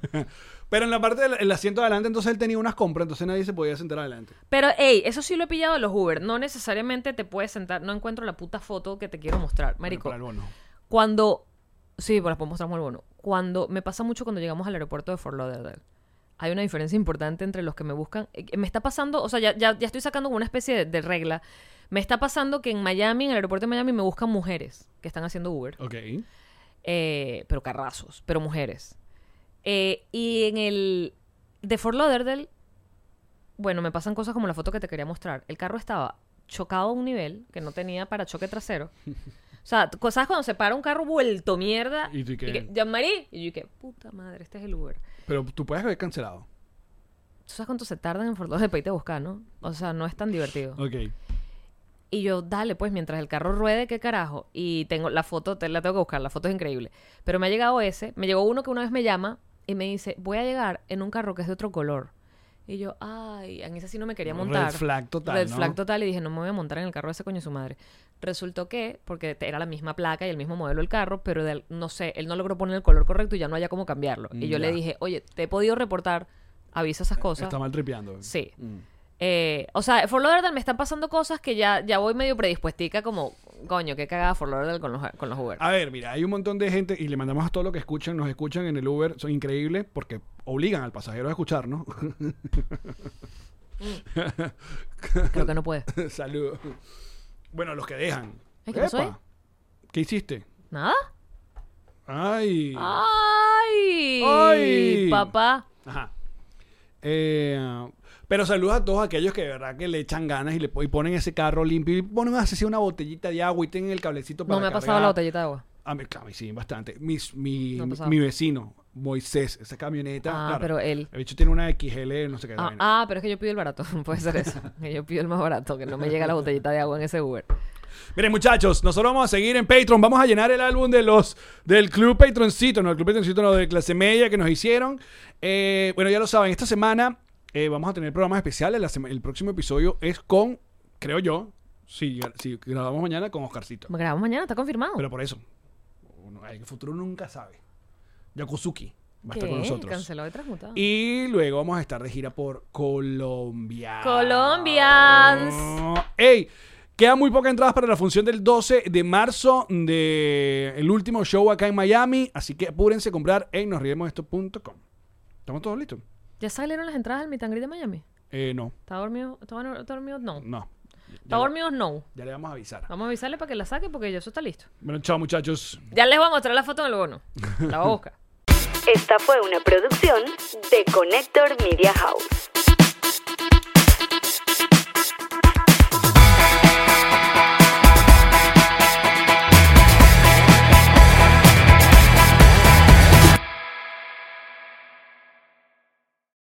Speaker 3: pero en la parte del el asiento de adelante entonces él tenía unas compras, entonces nadie se podía sentar adelante.
Speaker 4: Pero, hey, eso sí lo he pillado a los Uber. No necesariamente te puedes sentar. No encuentro la puta foto que te quiero mostrar. Marico,
Speaker 3: Bueno, para el bono.
Speaker 4: Cuando. Sí, pues las puedo mostrar muy bueno. Cuando. Me pasa mucho cuando llegamos al aeropuerto de Fort Lauderdale. Hay una diferencia importante entre los que me buscan. Eh, Me está pasando, o sea, ya, ya, ya estoy sacando como una especie de, de regla. Me está pasando que en Miami, en el aeropuerto de Miami, me buscan mujeres que están haciendo Uber.
Speaker 3: Ok.
Speaker 4: Eh, pero carrazos, pero mujeres. Eh, y en el de Fort Lauderdale, bueno, me pasan cosas como la foto que te quería mostrar. El carro estaba chocado a un nivel que no tenía
Speaker 3: <laughs>
Speaker 4: parachoque trasero. O sea, t- ¿sabes cuando se para un carro vuelto mierda?
Speaker 3: Y tú, ¿y qué?
Speaker 4: Jean-Marie. Y yo, que puta madre, este es el Uber.
Speaker 3: Pero tú puedes haber cancelado.
Speaker 4: ¿Tú sabes cuánto se tardan en Fort Lauderdale para irte a buscar, no? O sea, no es tan divertido.
Speaker 3: Ok.
Speaker 4: Y yo, dale, pues mientras el carro ruede, qué carajo. Y tengo la foto, te la tengo que buscar, la foto es increíble. Pero me ha llegado ese, me llegó uno que una vez me llama y me dice, voy a llegar en un carro que es de otro color. Y yo, ay, en ese sí no me quería
Speaker 3: Red
Speaker 4: montar.
Speaker 3: flag total,
Speaker 4: Red
Speaker 3: ¿no?
Speaker 4: flag total. Y dije, no me voy a montar en el carro de ese coño de su madre. Resultó que, porque te- era la misma placa y el mismo modelo del carro, pero de- no sé, él no logró poner el color correcto y ya no haya cómo cambiarlo. Y yo le
Speaker 3: Mm, Ya.
Speaker 4: dije, oye, te he podido reportar, avisa esas cosas.
Speaker 3: Está mal tripeando.
Speaker 4: Sí.
Speaker 3: Mm.
Speaker 4: Eh, o sea, Fort Lauderdale me están pasando cosas que ya, ya voy medio predispuestica, como, coño, qué cagada Fort Lauderdale con los, con los Uber.
Speaker 3: A ver, mira, hay un montón de gente y le mandamos a todo lo que escuchan, nos escuchan en el Uber, son increíbles porque obligan al pasajero a escucharnos. <laughs>
Speaker 4: Creo que no puede.
Speaker 3: <laughs> Saludos. Bueno, los que dejan.
Speaker 4: Ay, ¿qué pasó ahí?
Speaker 3: ¿Qué hiciste?
Speaker 4: ¿Nada?
Speaker 3: Ay.
Speaker 4: Ah. ¡Ay!
Speaker 3: ¡Ay!
Speaker 4: Papá.
Speaker 3: Ajá. Eh, pero saludos a todos aquellos que de verdad que le echan ganas y le po- y ponen ese carro limpio y ponen así una botellita de agua y tienen el cablecito para
Speaker 4: No me ha pasado
Speaker 3: cargar.
Speaker 4: la botellita de agua.
Speaker 3: A mí, claro, a mí sí, bastante. Mis- mi,
Speaker 4: No ha pasado.
Speaker 3: mi vecino, Moisés, esa camioneta.
Speaker 4: Ah,
Speaker 3: claro,
Speaker 4: pero él.
Speaker 3: El bicho tiene una XL, no sé qué.
Speaker 4: Ah,
Speaker 3: vaina.
Speaker 4: ah, pero es que yo pido el barato. <laughs> No puede ser
Speaker 3: <laughs>
Speaker 4: eso. Que yo pido el más barato, que no me llega la botellita de agua en ese Uber.
Speaker 3: Miren, muchachos, nosotros vamos a seguir en Patreon. Vamos a llenar el álbum de los del Club Patroncito, no, el Club Patroncito, no, de clase media que nos hicieron. Eh, bueno, ya lo saben, esta semana eh, vamos a tener programas especiales. La sema- el próximo episodio es con, creo yo, si, si grabamos mañana, con Oscarcito.
Speaker 4: Me grabamos mañana, está confirmado.
Speaker 3: Pero por eso, uno- el futuro nunca sabe. Yakuzuki va a estar
Speaker 4: ¿Qué?
Speaker 3: con nosotros.
Speaker 4: Cancelado y transmutado.
Speaker 3: Y luego vamos a estar de gira por Colombia.
Speaker 4: Colombians.
Speaker 3: ¡Ey! Quedan muy pocas entradas para la función del 12 de marzo de el último show acá en Miami. Así que apúrense a comprar en nosriemosesto.com. ¿Estamos todos listos?
Speaker 4: ¿Ya salieron las entradas al meet and greet de Miami?
Speaker 3: Eh, no,
Speaker 4: ¿Está dormido? ¿Está dormido? No.
Speaker 3: no.
Speaker 4: ¿Está dormido? No.
Speaker 3: Ya le vamos a avisar.
Speaker 4: Vamos a avisarle para que la saque porque ya eso está listo.
Speaker 3: Bueno, chao muchachos.
Speaker 4: Ya les voy a mostrar la foto en el bono. La voy a buscar.
Speaker 1: Esta fue una producción de Connector Media House.